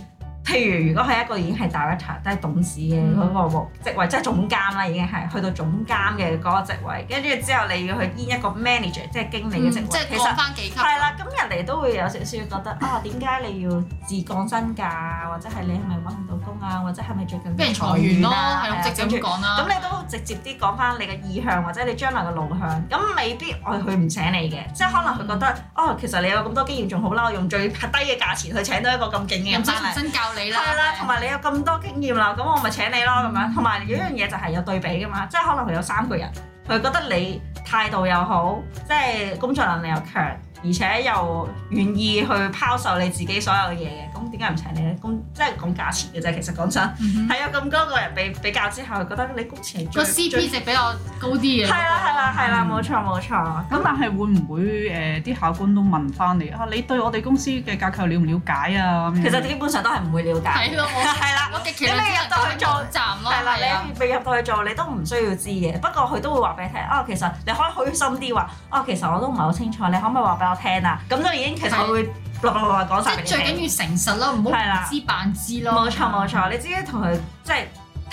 [SPEAKER 2] 譬如如果係一個已經係 director，都係董事嘅
[SPEAKER 1] 嗯
[SPEAKER 2] 嗰個職位，即係總監啦，已經係去到總監嘅嗰個職位，跟住之後你要去 in 一個 manager，即係經理嘅職
[SPEAKER 1] 嗯即
[SPEAKER 2] 位，
[SPEAKER 1] 係
[SPEAKER 2] 其
[SPEAKER 1] 降
[SPEAKER 2] 實。
[SPEAKER 1] 翻幾級。
[SPEAKER 2] 係啦，咁人哋都會有少少覺得啊，點解你要自降身價，或者係你係咪揾唔到工啊，或者係咪最近
[SPEAKER 1] 俾人裁員咯，
[SPEAKER 2] 啊
[SPEAKER 1] 係咯，直接
[SPEAKER 2] 跟住
[SPEAKER 1] 咁講啦。
[SPEAKER 2] 咁你都直接啲講翻你嘅意向或者你將來嘅路向，咁未必我佢唔請你嘅，即係可能佢覺得哦，其實你有咁多經驗仲好啦，我用最低嘅價錢去請到一個咁勁嘅
[SPEAKER 1] 任
[SPEAKER 2] 人
[SPEAKER 1] 生
[SPEAKER 2] 翻嚟。
[SPEAKER 1] 重新教你啦。啊
[SPEAKER 2] 係啦，同埋你有咁多經驗啦，咁我咪請你咯咁
[SPEAKER 1] 嗯
[SPEAKER 2] 樣。同埋有一樣嘢就係有對比噶嘛，即係可能佢有三個人，佢覺得你態度又好，即係工作能力又強，而且又願意去拋售你自己所有嘅嘢嘅，咁點解唔請你咧？咁即係講價錢嘅啫，其實講真，
[SPEAKER 1] 嗯哼
[SPEAKER 2] 係啊有咁多個人比比較之後，佢覺得你工錢係最
[SPEAKER 1] 個 CP
[SPEAKER 2] 最
[SPEAKER 1] 值比我高啲嘅。嗯
[SPEAKER 2] 係啊啦係啦係啦，冇錯冇錯。
[SPEAKER 3] 咁但係會唔會誒啲考官都問翻你啊？你對我哋公司嘅架構了唔了解啊？咁樣
[SPEAKER 2] 其實基本上都係唔會了解。
[SPEAKER 1] 嗯係咯， 我
[SPEAKER 2] 係啦。
[SPEAKER 1] 我極其量只能夠喺網站咯，
[SPEAKER 2] 係啦，
[SPEAKER 1] 係啊。
[SPEAKER 2] 你未入到去做，你都唔需要知嘅。不過佢都會話俾你聽，哦，其實你可以虛心啲話，哦，其實我都唔係好清楚，你可唔可以話俾我聽啊？咁就已經其實佢會落落落講
[SPEAKER 1] 即
[SPEAKER 2] 晒俾
[SPEAKER 1] 係最緊
[SPEAKER 2] 你聽。
[SPEAKER 1] 要誠實咯，唔
[SPEAKER 2] 係啦
[SPEAKER 1] 好唔知扮知咯。
[SPEAKER 2] 冇錯冇錯，你自己同佢即係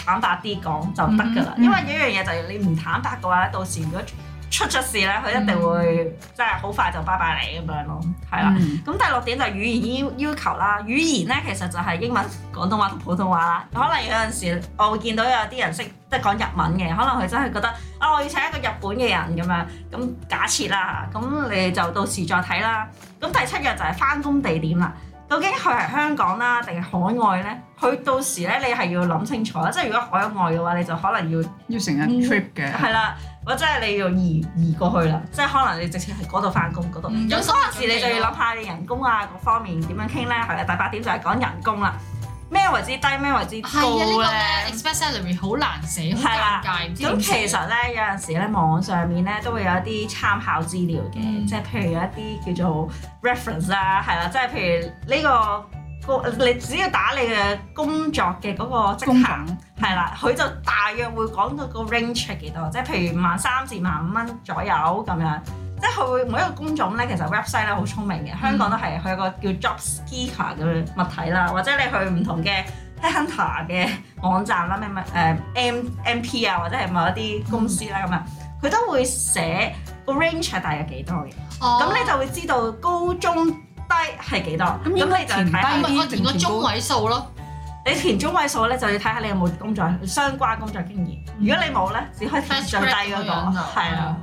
[SPEAKER 2] 坦白啲講就得㗎啦。
[SPEAKER 3] 嗯
[SPEAKER 2] 因為有一樣嘢就係你唔坦白嘅話咧，到時如果出咗事咧，佢一
[SPEAKER 1] 嗯
[SPEAKER 2] 定會即係好快就拜拜你咁樣咯，係啦。
[SPEAKER 3] 嗯
[SPEAKER 2] 咁第六點就啊係語言要要求啦，語言咧其實就係英文、廣東話同普通話啦。可能有陣時我會見到有啲人識即係講日文嘅，可能佢真係覺得啊，我要請一個日本嘅人咁樣。咁假設啦，咁你就到時再睇啦。咁第七樣就係翻工地點啦。究竟佢係香港啦，定係海外咧？佢到時咧，你係要諗清楚啦。即係如果海外嘅話，你就可能要
[SPEAKER 3] 要成日
[SPEAKER 2] 嗯
[SPEAKER 3] trip 嘅。
[SPEAKER 2] 係啦，或者係你要移移過去啦。即係可能你直接喺嗰度翻工嗰度。
[SPEAKER 1] 嗯有心
[SPEAKER 2] 嗰陣時你就要諗下你人工啊各方面點樣傾咧，係啦，第八點就係講人工啦，咩為之低，咩為之
[SPEAKER 1] 係
[SPEAKER 2] 高
[SPEAKER 1] 啊，呢個咧
[SPEAKER 2] 咧？
[SPEAKER 1] expect salary 好難寫，好
[SPEAKER 2] 係
[SPEAKER 1] 尷
[SPEAKER 2] 啦
[SPEAKER 1] 尬，唔知
[SPEAKER 2] 咁
[SPEAKER 1] 點
[SPEAKER 2] 其
[SPEAKER 1] 寫
[SPEAKER 2] 實咧有陣時咧網上面咧都會有一啲參考資料嘅，
[SPEAKER 1] 嗯
[SPEAKER 2] 即係譬如有一啲叫做 reference 啦，係啦，即係譬如呢、個個你只要打你嘅工作嘅嗰個職
[SPEAKER 3] 工
[SPEAKER 2] 銜。
[SPEAKER 3] 種
[SPEAKER 2] 係啦，佢就大約會講到個 range 係幾多，即係譬如萬三至萬五蚊左右咁樣。即係佢會每一個工種咧，其實 website 咧好聰明
[SPEAKER 3] 嗯
[SPEAKER 2] 嘅，香港都係佢有個叫 job seeker 嘅物體啦，或者你去唔同嘅 hunter 嘅網站啦，咩咩誒 M M P 啊，或者係某一啲公司啦咁樣，佢都會寫個 range 係大約幾多嘅，
[SPEAKER 1] 哦
[SPEAKER 2] 咁你就會知道高中低係幾多，咁
[SPEAKER 3] 應該
[SPEAKER 2] 你就
[SPEAKER 3] 填
[SPEAKER 2] 睇下
[SPEAKER 3] 低
[SPEAKER 1] 咪啊我填個中位數咯。
[SPEAKER 2] 你填中位數咧，就要睇下你有冇工作相關工作經驗。
[SPEAKER 1] 嗯
[SPEAKER 2] 如果你冇咧，只可以填
[SPEAKER 1] Fast
[SPEAKER 2] 最低嗰
[SPEAKER 1] track
[SPEAKER 2] 個，
[SPEAKER 1] 咁樣就嗯
[SPEAKER 2] 係啦，，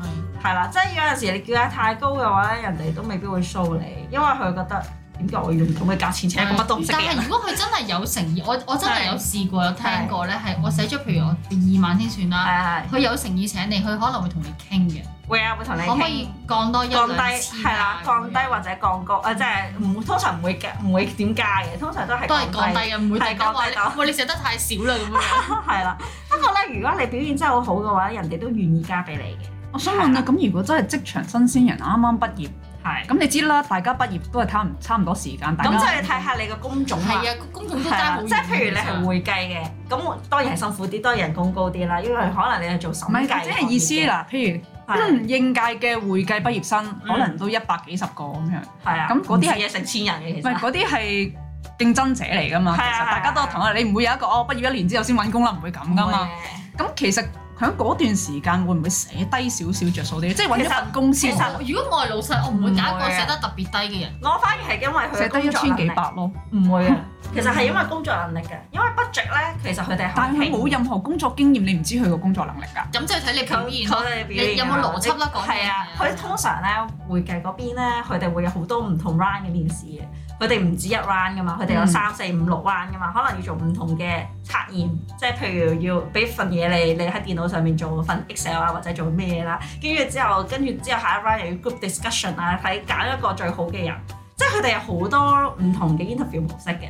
[SPEAKER 2] 係啦。即係有陣時你叫價太高嘅話咧，人哋都未必會 show 你，因為佢覺得點解我要用咁嘅價錢請一個乜都唔識
[SPEAKER 1] 但
[SPEAKER 2] 嘅人
[SPEAKER 1] 係如果佢真係有誠意，我我真係有試過有聽
[SPEAKER 2] 係
[SPEAKER 1] 過咧，係我寫咗譬如我二萬先算啦，啊
[SPEAKER 2] 係係
[SPEAKER 1] 佢有誠意請你，佢可能會同你傾嘅。
[SPEAKER 2] 會啊，會同你
[SPEAKER 1] 可唔可
[SPEAKER 2] 傾
[SPEAKER 1] 以。降多一
[SPEAKER 2] 降
[SPEAKER 1] 兩
[SPEAKER 2] 低
[SPEAKER 1] 次啊
[SPEAKER 2] 係啦，降低或者降高，呃誒即係唔通常唔會加唔會點加嘅，通常都係
[SPEAKER 1] 嗯都係降低
[SPEAKER 2] 低。
[SPEAKER 1] 嘅，唔會突然間話
[SPEAKER 2] 係降低
[SPEAKER 1] 你喂你食得太少啦咁樣。
[SPEAKER 2] 係啦，不過咧，如果你表現真係好好嘅話，人哋都願意加俾你嘅。
[SPEAKER 3] 我想問啊，咁如果真係職場新鮮人啱啱畢業，
[SPEAKER 2] 係。
[SPEAKER 3] 咁你知啦，大家畢業都係差唔差唔多時間，大家
[SPEAKER 2] 咁即係睇下你個工種啦。
[SPEAKER 1] 係啊，公眾都
[SPEAKER 2] 係
[SPEAKER 1] 爭
[SPEAKER 2] 啦
[SPEAKER 1] 好遠。
[SPEAKER 2] 即係譬如你係會計嘅，咁當然係辛苦啲，當然人工高啲啦，因為可能你係做審
[SPEAKER 3] 唔係
[SPEAKER 2] 計。
[SPEAKER 3] 即係意思，嗯嗱，譬
[SPEAKER 2] 係
[SPEAKER 3] 如應屆嘅會計畢業生，可能都一百幾十個咁樣。
[SPEAKER 2] 係啊，
[SPEAKER 3] 咁
[SPEAKER 2] 唔
[SPEAKER 3] 嗰啲係
[SPEAKER 2] 止嘢成千人嘅其
[SPEAKER 3] 唔係
[SPEAKER 2] 實。
[SPEAKER 3] 嗰啲係競爭者嚟噶嘛，
[SPEAKER 2] 係
[SPEAKER 3] 其
[SPEAKER 2] 啊
[SPEAKER 3] 實
[SPEAKER 2] 係啊
[SPEAKER 3] 大家都同啊，你唔會有一個哦畢業一年之後先揾工啦，唔會咁噶嘛。咁其實喺嗰段時間會唔會寫低少少着數啲？即係揾
[SPEAKER 2] 其
[SPEAKER 3] 咗
[SPEAKER 2] 實
[SPEAKER 3] 份公司
[SPEAKER 2] 其實
[SPEAKER 1] 我如果我係老細，我唔會揀一
[SPEAKER 2] 唔會
[SPEAKER 1] 個
[SPEAKER 2] 啊
[SPEAKER 1] 寫得特別低嘅人。
[SPEAKER 2] 我反而係因為佢嘅
[SPEAKER 3] 寫低一
[SPEAKER 2] 工作
[SPEAKER 3] 千幾
[SPEAKER 2] 能力
[SPEAKER 3] 百咯，
[SPEAKER 2] 唔會啊，其實係因為工作能力嘅，因為 budget 咧，其實佢哋係
[SPEAKER 3] 但係佢
[SPEAKER 2] 好
[SPEAKER 3] 冇任何工作經驗，你唔知佢個工作能力㗎。
[SPEAKER 1] 咁即係睇你表現
[SPEAKER 2] 佢
[SPEAKER 1] 咯。
[SPEAKER 2] 哋表
[SPEAKER 1] 你有冇邏輯啦講嘢
[SPEAKER 2] 係啊，佢通常咧會計嗰邊咧，佢哋會有好多唔同 round 嘅面試嘅，佢哋唔止一 round 噶嘛，佢哋有
[SPEAKER 3] 嗯
[SPEAKER 2] 三四五六 round 噶嘛，可能要做唔同嘅測驗，即係譬如要俾份嘢你，你喺電腦上面做份 Excel 啊，或者做咩嘢啦，跟住之後，跟住之後下一 round 又要 group discussion 啊，睇揀一個最好嘅人，即係佢哋有好多唔同嘅 interview 模式嘅，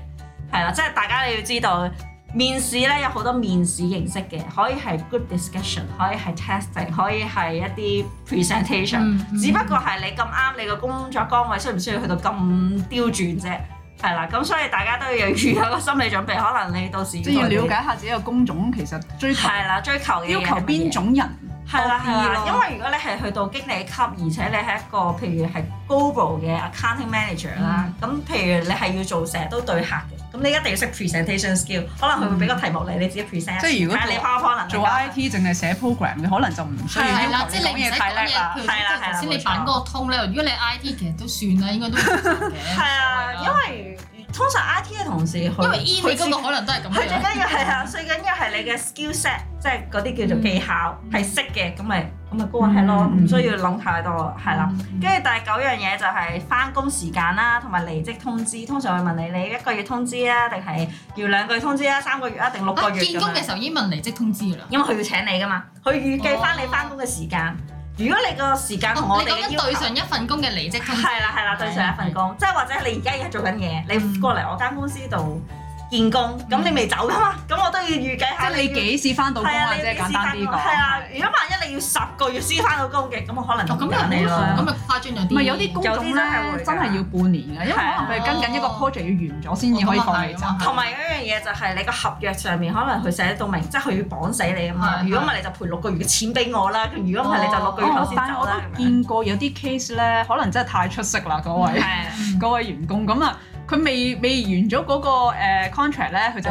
[SPEAKER 2] 係啦，即係大家你要知道。面試咧有好多面試形式嘅，可以係 group discussion，可以係 testing，可以係一啲 presentation、
[SPEAKER 1] 嗯嗯
[SPEAKER 2] 只不過係你咁啱你個工作崗位需唔需要去到咁刁鑽啫，係啦。咁所以大家都要預有個心理準備，可能你到時
[SPEAKER 3] 即係要了解下自己個工種其實追求
[SPEAKER 2] 係啦，追求嘅嘢
[SPEAKER 3] 要
[SPEAKER 2] 係
[SPEAKER 3] 求
[SPEAKER 2] 乜
[SPEAKER 3] 邊
[SPEAKER 2] 嘢
[SPEAKER 3] 種人。
[SPEAKER 2] 係啦係啦，
[SPEAKER 3] 多啲咯
[SPEAKER 2] 因為如果你係去到經理級，而且你係一個譬如係 global 嘅 accounting manager
[SPEAKER 3] 嗯
[SPEAKER 2] 啦、咁譬如你係要做成日都對客嘅，咁你一定要識 presentation skill，可能佢會俾個題目你，你自己 present，
[SPEAKER 3] 即係如果
[SPEAKER 2] 睇下你 PowerPoint 能力啊
[SPEAKER 3] 做
[SPEAKER 2] 啦
[SPEAKER 3] IT 淨係寫 program 嘅，可能就唔需要
[SPEAKER 1] 係啦
[SPEAKER 3] 要，求
[SPEAKER 1] 即
[SPEAKER 3] 你
[SPEAKER 1] 係
[SPEAKER 3] 講
[SPEAKER 1] 你唔
[SPEAKER 3] 嘢
[SPEAKER 1] 使
[SPEAKER 3] 太
[SPEAKER 1] 講
[SPEAKER 3] 叻
[SPEAKER 1] 嘢，
[SPEAKER 3] 啦
[SPEAKER 1] 譬。
[SPEAKER 2] 係
[SPEAKER 1] 如
[SPEAKER 2] 啦係啦
[SPEAKER 1] 即係頭先
[SPEAKER 2] 冇
[SPEAKER 1] 你
[SPEAKER 2] 錯
[SPEAKER 1] 版嗰個通咧，如果你 I T 其實都算啦，應該都唔錯嘅。
[SPEAKER 2] 係啊，因為通常 I T 嘅同事佢
[SPEAKER 1] 因為 E 你嗰個可能都係咁
[SPEAKER 2] 佢最
[SPEAKER 1] 樣。
[SPEAKER 2] 緊要係啊，最緊要係你嘅 skill set，即係嗰啲叫做技巧係識嘅，咁咪咁咪高係咯，
[SPEAKER 3] 嗯
[SPEAKER 2] 唔需要諗太多，係啦。跟住第九樣嘢就係翻工時間啦，同埋離職通知，通常會問你你一個月通知啊，定係要兩個月通知啊，三個月啊，定六個
[SPEAKER 1] 啊，
[SPEAKER 2] 月
[SPEAKER 1] 見
[SPEAKER 2] 咁
[SPEAKER 1] 工嘅
[SPEAKER 2] 樣。
[SPEAKER 1] 時候已經問離職通知㗎啦。
[SPEAKER 2] 因為佢要請你噶嘛，佢預計翻你翻工嘅時間。如果你個時間同我
[SPEAKER 1] 哦你
[SPEAKER 2] 哋
[SPEAKER 1] 講
[SPEAKER 2] 嘅
[SPEAKER 1] 緊
[SPEAKER 2] 要
[SPEAKER 1] 對
[SPEAKER 2] 求。
[SPEAKER 1] 上一份工嘅啊離職通知。
[SPEAKER 2] 係啦係啦，對上一份工，即係或者你而家而家做緊嘢，你過嚟我間公司度見工，
[SPEAKER 1] 嗯
[SPEAKER 2] 咁你未走噶啊嘛？咁我都要預計
[SPEAKER 3] 即
[SPEAKER 2] 下
[SPEAKER 3] 係你
[SPEAKER 2] 要
[SPEAKER 3] 幾時翻到工
[SPEAKER 2] 係
[SPEAKER 3] 啊？
[SPEAKER 2] 啊，
[SPEAKER 3] 即
[SPEAKER 2] 你
[SPEAKER 3] 係
[SPEAKER 2] 要
[SPEAKER 3] 簡單啲
[SPEAKER 2] 先返
[SPEAKER 3] 講。
[SPEAKER 2] 工係啊，如果萬一你要十個月先翻到工嘅，咁我可能
[SPEAKER 1] 哦，咁
[SPEAKER 2] 唔
[SPEAKER 1] 又
[SPEAKER 2] 揀你咯。
[SPEAKER 1] 咁咪誇張咗
[SPEAKER 3] 唔
[SPEAKER 1] 啲。
[SPEAKER 3] 係有啲工
[SPEAKER 2] 有
[SPEAKER 3] 種
[SPEAKER 2] 啲真係會
[SPEAKER 3] 咧，
[SPEAKER 2] 㗎啊
[SPEAKER 3] 真係要半年嘅，因為可能佢係跟緊一個
[SPEAKER 1] 哦
[SPEAKER 3] project 要完咗先至可以放你走。
[SPEAKER 1] 哦咁啊係咁啊係
[SPEAKER 2] 同埋有一樣嘢就係你個合約上面可能佢寫到明，即係佢要綁死你啊嘛。
[SPEAKER 1] 係
[SPEAKER 2] 如果唔係你就賠六個月嘅錢俾我啦，如果唔係啊你就六個月後
[SPEAKER 3] 哦
[SPEAKER 2] 先
[SPEAKER 3] 但係
[SPEAKER 2] 走
[SPEAKER 3] 我
[SPEAKER 2] 啦
[SPEAKER 3] 都
[SPEAKER 2] 咁樣。
[SPEAKER 3] 見過有啲 case 咧，可能真係太出色 啦，嗰位
[SPEAKER 2] 係啊
[SPEAKER 1] 嗯
[SPEAKER 3] 嗰位員工咁啊，佢未未完咗嗰個誒 contract 咧，佢就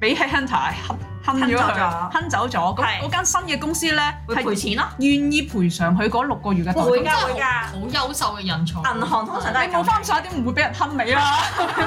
[SPEAKER 3] 俾 headhunter 坑坑
[SPEAKER 2] 坑
[SPEAKER 3] 咗
[SPEAKER 2] 走啊咗
[SPEAKER 3] 佢，坑走咗。咁
[SPEAKER 2] 係
[SPEAKER 3] 嗰間新嘅公司咧
[SPEAKER 2] 會賠
[SPEAKER 3] 係
[SPEAKER 2] 錢咯，
[SPEAKER 3] 願意賠償佢嗰六個月嘅代
[SPEAKER 2] 會
[SPEAKER 3] 價。
[SPEAKER 2] 㗎會㗎。
[SPEAKER 1] 好優秀嘅人才。
[SPEAKER 2] 銀行通常都係
[SPEAKER 3] 你冇
[SPEAKER 2] 咁
[SPEAKER 3] 翻上一啲唔會俾人坑 你啊啦。
[SPEAKER 1] 唔係，即係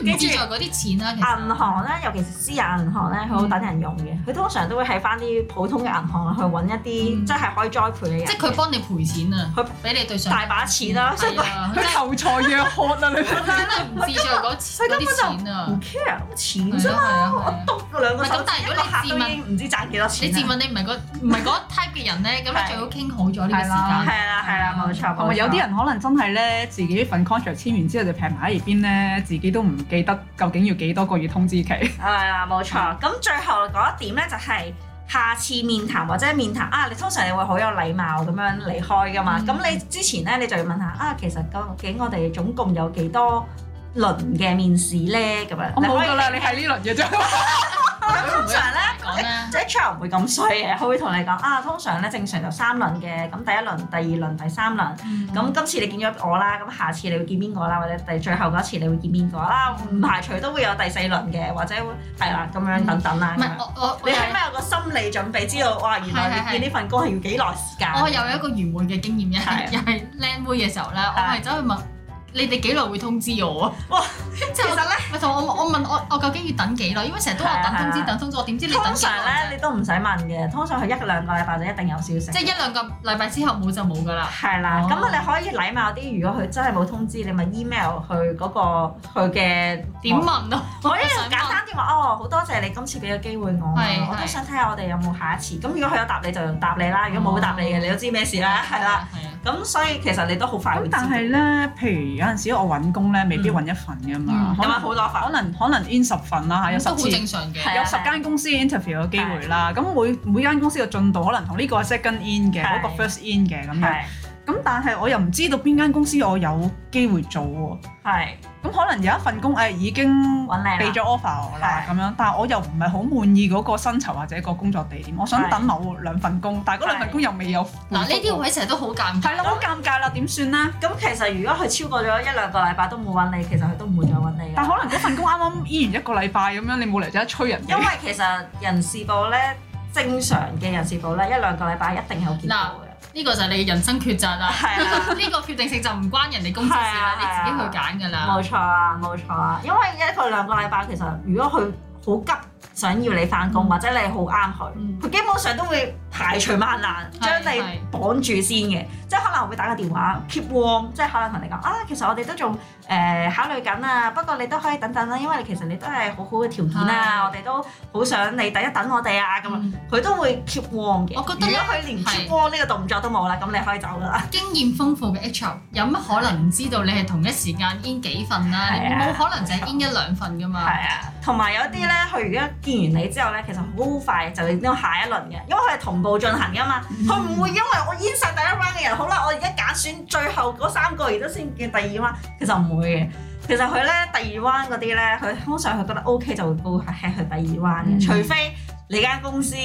[SPEAKER 1] 唔志在嗰啲錢啦。其實
[SPEAKER 2] 銀行咧，尤其是私人銀行咧，佢好等人用嘅。佢通常都會喺翻啲普通嘅銀行去揾一啲
[SPEAKER 1] 嗯
[SPEAKER 2] 即係可以栽培嘅人。
[SPEAKER 1] 即係佢幫你賠錢啊，
[SPEAKER 2] 佢
[SPEAKER 1] 俾你對上
[SPEAKER 2] 大把錢啦，所以
[SPEAKER 1] 係啊，佢
[SPEAKER 3] 佢求財若渴啊！你
[SPEAKER 1] 真係唔志在嗰嗰啲
[SPEAKER 2] 唔
[SPEAKER 1] 錢啊。
[SPEAKER 2] care 咁錢
[SPEAKER 1] 係
[SPEAKER 2] 啫
[SPEAKER 1] 啊係
[SPEAKER 2] 嘛，
[SPEAKER 1] 啊係
[SPEAKER 2] 我
[SPEAKER 1] 啊
[SPEAKER 2] 篤嗰兩個手指
[SPEAKER 1] 唔係咁但係
[SPEAKER 2] 一
[SPEAKER 1] 如
[SPEAKER 2] 個
[SPEAKER 1] 果
[SPEAKER 2] 客
[SPEAKER 1] 你
[SPEAKER 2] 都已經唔知賺幾多
[SPEAKER 1] 你
[SPEAKER 2] 錢
[SPEAKER 1] 自
[SPEAKER 2] 啦。
[SPEAKER 1] 問你唔係嗰唔係嗰 type 嘅人咧，咁
[SPEAKER 2] 係
[SPEAKER 1] 你最好傾好咗呢個時
[SPEAKER 3] 係
[SPEAKER 1] 間。
[SPEAKER 2] 係啦係啦，冇錯。
[SPEAKER 3] 啊同埋有啲人可能真係咧，自己份 contract 簽完之後就平埋喺一邊咧，自己都唔記得究竟要幾多個月通知期。
[SPEAKER 2] 係啦，冇錯。咁最後嗰一點咧就係。下次面談或者面談啊，你通常你會好有禮貌咁樣離開噶嘛？
[SPEAKER 1] 嗯
[SPEAKER 2] 咁、你之前咧，你就要問下啊，其實究竟我哋總共有幾多輪嘅面試咧？咁樣
[SPEAKER 3] 我冇
[SPEAKER 2] 可
[SPEAKER 3] 噶
[SPEAKER 2] 以
[SPEAKER 3] 啦，你係呢輪嘅啫。
[SPEAKER 2] 通常咧，
[SPEAKER 1] 講咧，
[SPEAKER 2] 即係 HR 唔會咁衰嘅，佢會同你講啊，通常咧正常就三輪嘅，咁第一輪、第二輪、第三
[SPEAKER 1] 嗯
[SPEAKER 2] 輪，咁今次你見咗我啦，咁下次你會見邊個啦，或者第最後嗰一次你會見邊個啦，唔排除都會有第四輪嘅，或者會係啦咁樣等等啦。
[SPEAKER 1] 嗯唔
[SPEAKER 2] 咁
[SPEAKER 1] 係
[SPEAKER 2] 樣
[SPEAKER 1] 我我我
[SPEAKER 2] 你係咪有個心理準備，知道哇原來你見呢份工
[SPEAKER 1] Ờ,
[SPEAKER 2] 係要幾耐時間？
[SPEAKER 1] 我有一個愚昧嘅經驗，又係
[SPEAKER 2] 係
[SPEAKER 1] 又係靚妹嘅時候咧，我係走去問你哋幾耐會通知我啊？
[SPEAKER 2] 哇！
[SPEAKER 1] 即係我
[SPEAKER 2] 其實咧
[SPEAKER 1] 咪同我我問我我究竟要等幾耐？因為成日都話等通
[SPEAKER 2] 係啊係
[SPEAKER 1] 知
[SPEAKER 2] 啊
[SPEAKER 1] 等通知，我點知你等
[SPEAKER 2] 通
[SPEAKER 1] 幾
[SPEAKER 2] 常咧
[SPEAKER 1] 耐
[SPEAKER 2] 你都唔使問嘅，通常佢一兩個禮拜就一定有消息
[SPEAKER 1] 啫？。即係一兩個禮拜之後冇就冇㗎啦。
[SPEAKER 2] 係啦，咁
[SPEAKER 1] 哦
[SPEAKER 2] 啊你可以禮貌啲，如果佢真係冇通知，你咪 email 佢嗰個佢嘅
[SPEAKER 1] 點問啊？
[SPEAKER 2] 我一
[SPEAKER 1] 想
[SPEAKER 2] 樣簡單啲話，哦，好多謝你今次俾個機會我啊
[SPEAKER 1] 係，
[SPEAKER 2] 我都
[SPEAKER 1] 係
[SPEAKER 2] 想睇下我哋有冇下一次。咁如果佢有答你就答你啦，如果冇答你嘅，
[SPEAKER 1] 哦
[SPEAKER 2] 你都知咩事啦，係啦。，
[SPEAKER 1] 係啊。
[SPEAKER 2] 咁所以其實你都好快會
[SPEAKER 3] 咁
[SPEAKER 2] 知道，
[SPEAKER 3] 但係咧，譬如有陣時我揾工咧，未必揾一份噶嘛
[SPEAKER 1] 嗯，
[SPEAKER 2] 因
[SPEAKER 3] 可
[SPEAKER 2] 為
[SPEAKER 3] 能
[SPEAKER 2] 好多份
[SPEAKER 3] 可，能可能 in 十份啦，嚇有
[SPEAKER 1] 咁
[SPEAKER 3] 十
[SPEAKER 1] 都好
[SPEAKER 3] 次。
[SPEAKER 1] 正常嘅。
[SPEAKER 2] 係
[SPEAKER 3] 有十間公司 interview 嘅機會啦，咁每每間公司嘅進度可能同呢個係 second in 嘅，
[SPEAKER 2] 係
[SPEAKER 3] 嗰個 first in 嘅咁樣，
[SPEAKER 2] 係
[SPEAKER 3] 咁但係我又唔知道邊間公司我有機會做喎，
[SPEAKER 2] 係
[SPEAKER 3] 咁可能有一份工誒已經
[SPEAKER 2] 揾你啦
[SPEAKER 3] 俾咗 offer 我啦
[SPEAKER 2] 係
[SPEAKER 3] 咁樣，但係我又唔係好滿意嗰個薪酬或者個工作地點，我想
[SPEAKER 2] 係
[SPEAKER 3] 等某兩份工，但係嗰兩份工又未有回覆
[SPEAKER 1] 嗱，呢啲位成日都好尷尬。
[SPEAKER 3] 係啦，好尷尬啦，點算呢？
[SPEAKER 2] 咁其實如果佢超過咗一兩個禮拜都冇揾你，其實佢都唔會再揾你㗎。
[SPEAKER 3] 但可能嗰份工啱啱依完一個禮拜咁樣，你冇嚟就一催人
[SPEAKER 2] 因
[SPEAKER 3] 嘅
[SPEAKER 2] 為。其實人事部咧，正常嘅人事部咧，一兩個禮拜一定有見到嘅。
[SPEAKER 1] 呢個就係你嘅人生抉擇啦。
[SPEAKER 2] 係啊，
[SPEAKER 1] 呢個決定性就唔關人哋公司
[SPEAKER 2] 係
[SPEAKER 1] 事
[SPEAKER 2] 啊係
[SPEAKER 1] 啦，
[SPEAKER 2] 啊
[SPEAKER 1] 你自己去揀㗎啦。
[SPEAKER 2] 冇錯啊，冇錯啊。因為一個兩個禮拜，其實如果佢好急想要你翻工，
[SPEAKER 1] 嗯
[SPEAKER 2] 或者你好啱佢，
[SPEAKER 1] 嗯
[SPEAKER 2] 佢基本上都會排除萬難
[SPEAKER 1] 係
[SPEAKER 2] 將你綁住先嘅。即係可能會打個電話 keep warm，即係可能同你講啊，其實我哋都仲誒考慮緊啊，不過你都可以等等啦，因為其實你都係好好嘅條件啊，
[SPEAKER 1] 係
[SPEAKER 2] 我哋都好想你等一等我哋啊咁啊。
[SPEAKER 1] 嗯
[SPEAKER 2] 佢都會 keep warm 嘅。
[SPEAKER 1] 我覺
[SPEAKER 2] 如
[SPEAKER 1] 得咧
[SPEAKER 2] 果佢連
[SPEAKER 1] 係
[SPEAKER 2] keep warm 呢個動作都冇啦，咁你可以走啦。
[SPEAKER 1] 經驗豐富嘅 HR 有乜可能唔知道你係同一時間 in 幾份啦？你
[SPEAKER 2] 係啊
[SPEAKER 1] 冇可能就係 in 一兩份㗎嘛？
[SPEAKER 2] 係啊，同埋有啲咧，佢而家見完你之後咧，其實好快就到下一輪嘅，因為佢係同步進行噶嘛。佢唔、會因為我煙晒第一 round 嘅人，好啦，我而家揀選最後嗰三個，而家先見第二 round，其實唔會嘅。其實佢咧第二 round 嗰啲咧，佢通常佢覺得 OK 就會高係去第二 round 嘅，
[SPEAKER 3] 嗯
[SPEAKER 2] 除非你間公司。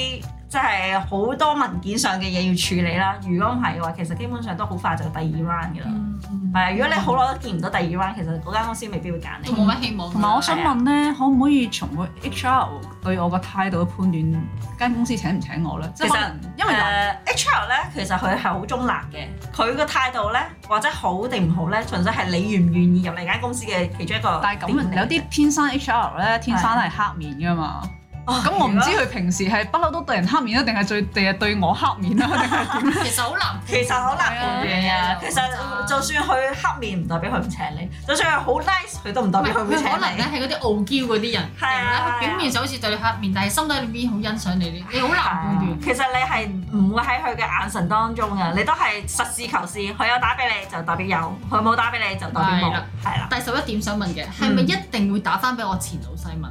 [SPEAKER 2] 即係好多文件上嘅嘢要處理啦，如果唔係嘅話，其實基本上都好快就第二 round 嘅啦。
[SPEAKER 1] 嗯
[SPEAKER 2] 係啊，如果你好耐都見唔到第二 round，其實嗰間公司未必會揀你。
[SPEAKER 1] 同冇乜希望㗎。
[SPEAKER 3] 同埋我想問咧，可唔可以從個 HR 對我個態度嘅判斷，間公司請唔請我咧？即係可能因為
[SPEAKER 2] 誒、
[SPEAKER 3] 嗱
[SPEAKER 2] HR 咧，其實佢係好中立嘅，佢個態度咧，或者好定唔好咧，純粹係你願唔願意入嚟間公司嘅其中一個
[SPEAKER 3] 但係咁啊
[SPEAKER 2] 點嚟嘅
[SPEAKER 3] 有啲天生 HR 咧，天生係黑面噶嘛。
[SPEAKER 2] 哦
[SPEAKER 3] 咁我唔知
[SPEAKER 2] 如果
[SPEAKER 3] 佢平時係不嬲都對人黑面啊，定係最定係對我黑面啊，定係點？
[SPEAKER 1] 其 實好難，
[SPEAKER 2] 其實好難判斷啊。其實就
[SPEAKER 1] 算
[SPEAKER 2] 算佢黑面，唔代表佢唔請你；就算佢好 nice，佢都唔代表佢
[SPEAKER 1] 佢
[SPEAKER 2] 會請
[SPEAKER 1] 可能
[SPEAKER 2] 你
[SPEAKER 1] 咧。係嗰啲傲嬌嗰啲人，
[SPEAKER 2] 係啊
[SPEAKER 1] 佢表面上好似對你黑面，但係心底裏面好欣賞你，你你好難判
[SPEAKER 3] 嗯
[SPEAKER 1] 斷。
[SPEAKER 2] 啊其實你係唔會喺佢嘅眼神當中嘅，你都係實事求是。佢有打俾你就代表有，佢冇打俾你就代表冇
[SPEAKER 1] 係啦，
[SPEAKER 2] 係啦。
[SPEAKER 1] 第十一點想問嘅係咪
[SPEAKER 2] 嗯
[SPEAKER 1] 一定會打翻俾我前老細問？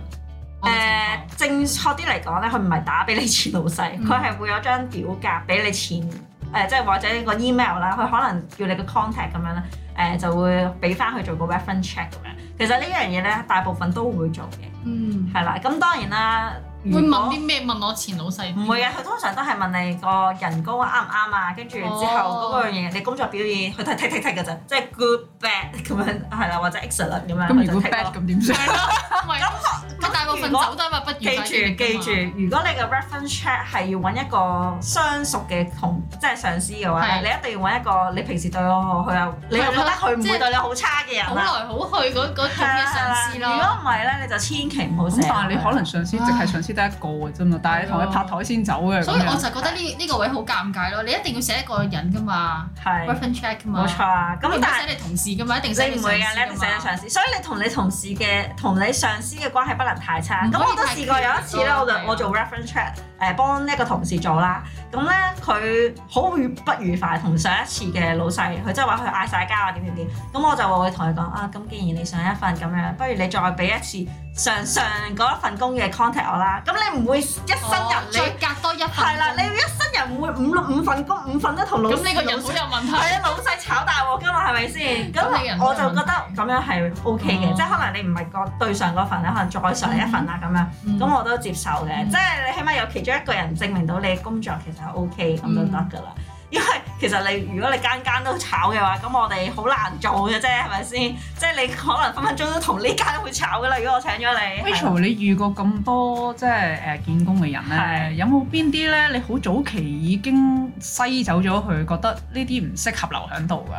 [SPEAKER 2] 誒、正確啲嚟講咧，佢唔係打俾你前老細，
[SPEAKER 1] 嗯
[SPEAKER 2] 佢係、會有張表格俾你前誒、即係或者個 email 啦，佢可能叫你個 contact 咁樣咧，誒、就會俾翻佢做個 reference check 咁樣。其實呢樣嘢咧，大部分都會做嘅，
[SPEAKER 1] 嗯，
[SPEAKER 2] 係啦。咁當然啦，如
[SPEAKER 1] 會
[SPEAKER 2] 果
[SPEAKER 1] 問啲咩？問我前老細
[SPEAKER 2] 唔會啊嘅，佢通常都係問你個人工啱唔啱啊，跟住之後嗰
[SPEAKER 1] 哦
[SPEAKER 2] 個樣嘢，你工作表現，佢睇睇睇睇嘅啫，即係 good bad 咁樣係啦，或者 excellent 咁樣。
[SPEAKER 3] 咁如果
[SPEAKER 2] 佢就剔
[SPEAKER 3] bad
[SPEAKER 2] 咯
[SPEAKER 3] 咁點算？
[SPEAKER 1] 唔係佢大部分走都係不如
[SPEAKER 2] 記住記住，如果你嘅 reference check 係要揾一個相熟嘅同即係上司嘅話
[SPEAKER 1] 係
[SPEAKER 2] 咧，你一定要揾一個你平時對我佢又你又覺得佢唔
[SPEAKER 1] 即
[SPEAKER 2] 會
[SPEAKER 1] 係
[SPEAKER 2] 對你好差嘅人
[SPEAKER 1] 好
[SPEAKER 2] 啦。
[SPEAKER 1] 來好去嗰嗰種嘅上司
[SPEAKER 2] 如
[SPEAKER 1] 咯。
[SPEAKER 2] 果唔係咧，你就千祈唔好寫落去。
[SPEAKER 3] 咁但係你可能上司淨係上司得一個嘅啫嘛，但係你同佢拍台先走嘅咁
[SPEAKER 1] 所以我
[SPEAKER 3] 樣。
[SPEAKER 1] 就覺得呢呢個位好尷尬咯，你一定要寫一個人噶嘛
[SPEAKER 2] 係
[SPEAKER 1] ，reference check 噶嘛，
[SPEAKER 2] 冇錯啊。
[SPEAKER 1] 你
[SPEAKER 2] 咁
[SPEAKER 1] 唔
[SPEAKER 2] 但
[SPEAKER 1] 好
[SPEAKER 2] 係
[SPEAKER 1] 寫你同事噶嘛，一定寫
[SPEAKER 2] 你唔會㗎，你一定寫你
[SPEAKER 1] 上司
[SPEAKER 2] 上司，所以你同你同事嘅同你上司嘅關係不能太差。
[SPEAKER 1] 唔
[SPEAKER 2] 咁
[SPEAKER 1] 可以
[SPEAKER 2] 我都
[SPEAKER 1] 太哦
[SPEAKER 2] 試過有一次咧，我就
[SPEAKER 1] 偏離咯
[SPEAKER 2] 我做 reference check，誒幫一個同事做啦。咁咧佢好愉不愉快，同上一次嘅老細，佢即係話佢嗌晒交啊點點點。咁我就會同佢講啊，咁既然你上一份咁樣，不如你再俾一次上上嗰一份工嘅 contact 我啦。咁你唔會一生
[SPEAKER 1] 㗎嘛
[SPEAKER 2] 人
[SPEAKER 1] 哦
[SPEAKER 2] 你
[SPEAKER 1] 再隔多一份工，
[SPEAKER 2] 係啦，你一生人唔會五六五份工五份都同老
[SPEAKER 1] 咁你個人好有問題。
[SPEAKER 2] 係啊，老細炒大鑊㗎嘛，係咪先？咁
[SPEAKER 1] 嗯咁你人都有
[SPEAKER 2] 我就覺得咁樣係 O K 嘅，
[SPEAKER 1] 哦
[SPEAKER 2] 即係可能你唔係個對上嗰份咧，可能再上一份啦咁樣，
[SPEAKER 1] 嗯
[SPEAKER 2] 咁我都接受嘅。
[SPEAKER 1] 嗯
[SPEAKER 2] 即係你起碼有其中一個人證明到你嘅工作其實係 O K 咁就得㗎
[SPEAKER 1] 嗯
[SPEAKER 2] 啦。因為其實你如果你間間都炒嘅話，咁我哋好難做嘅啫，係咪先？即係你可能分分鐘都同呢間會炒㗎啦。如果我請咗你，係
[SPEAKER 3] Rachel，你遇過咁多即係誒見工嘅人
[SPEAKER 2] 係
[SPEAKER 3] 咧，有冇邊啲咧？你好早期已經篩走咗佢，覺得呢啲唔適合留喺度㗎？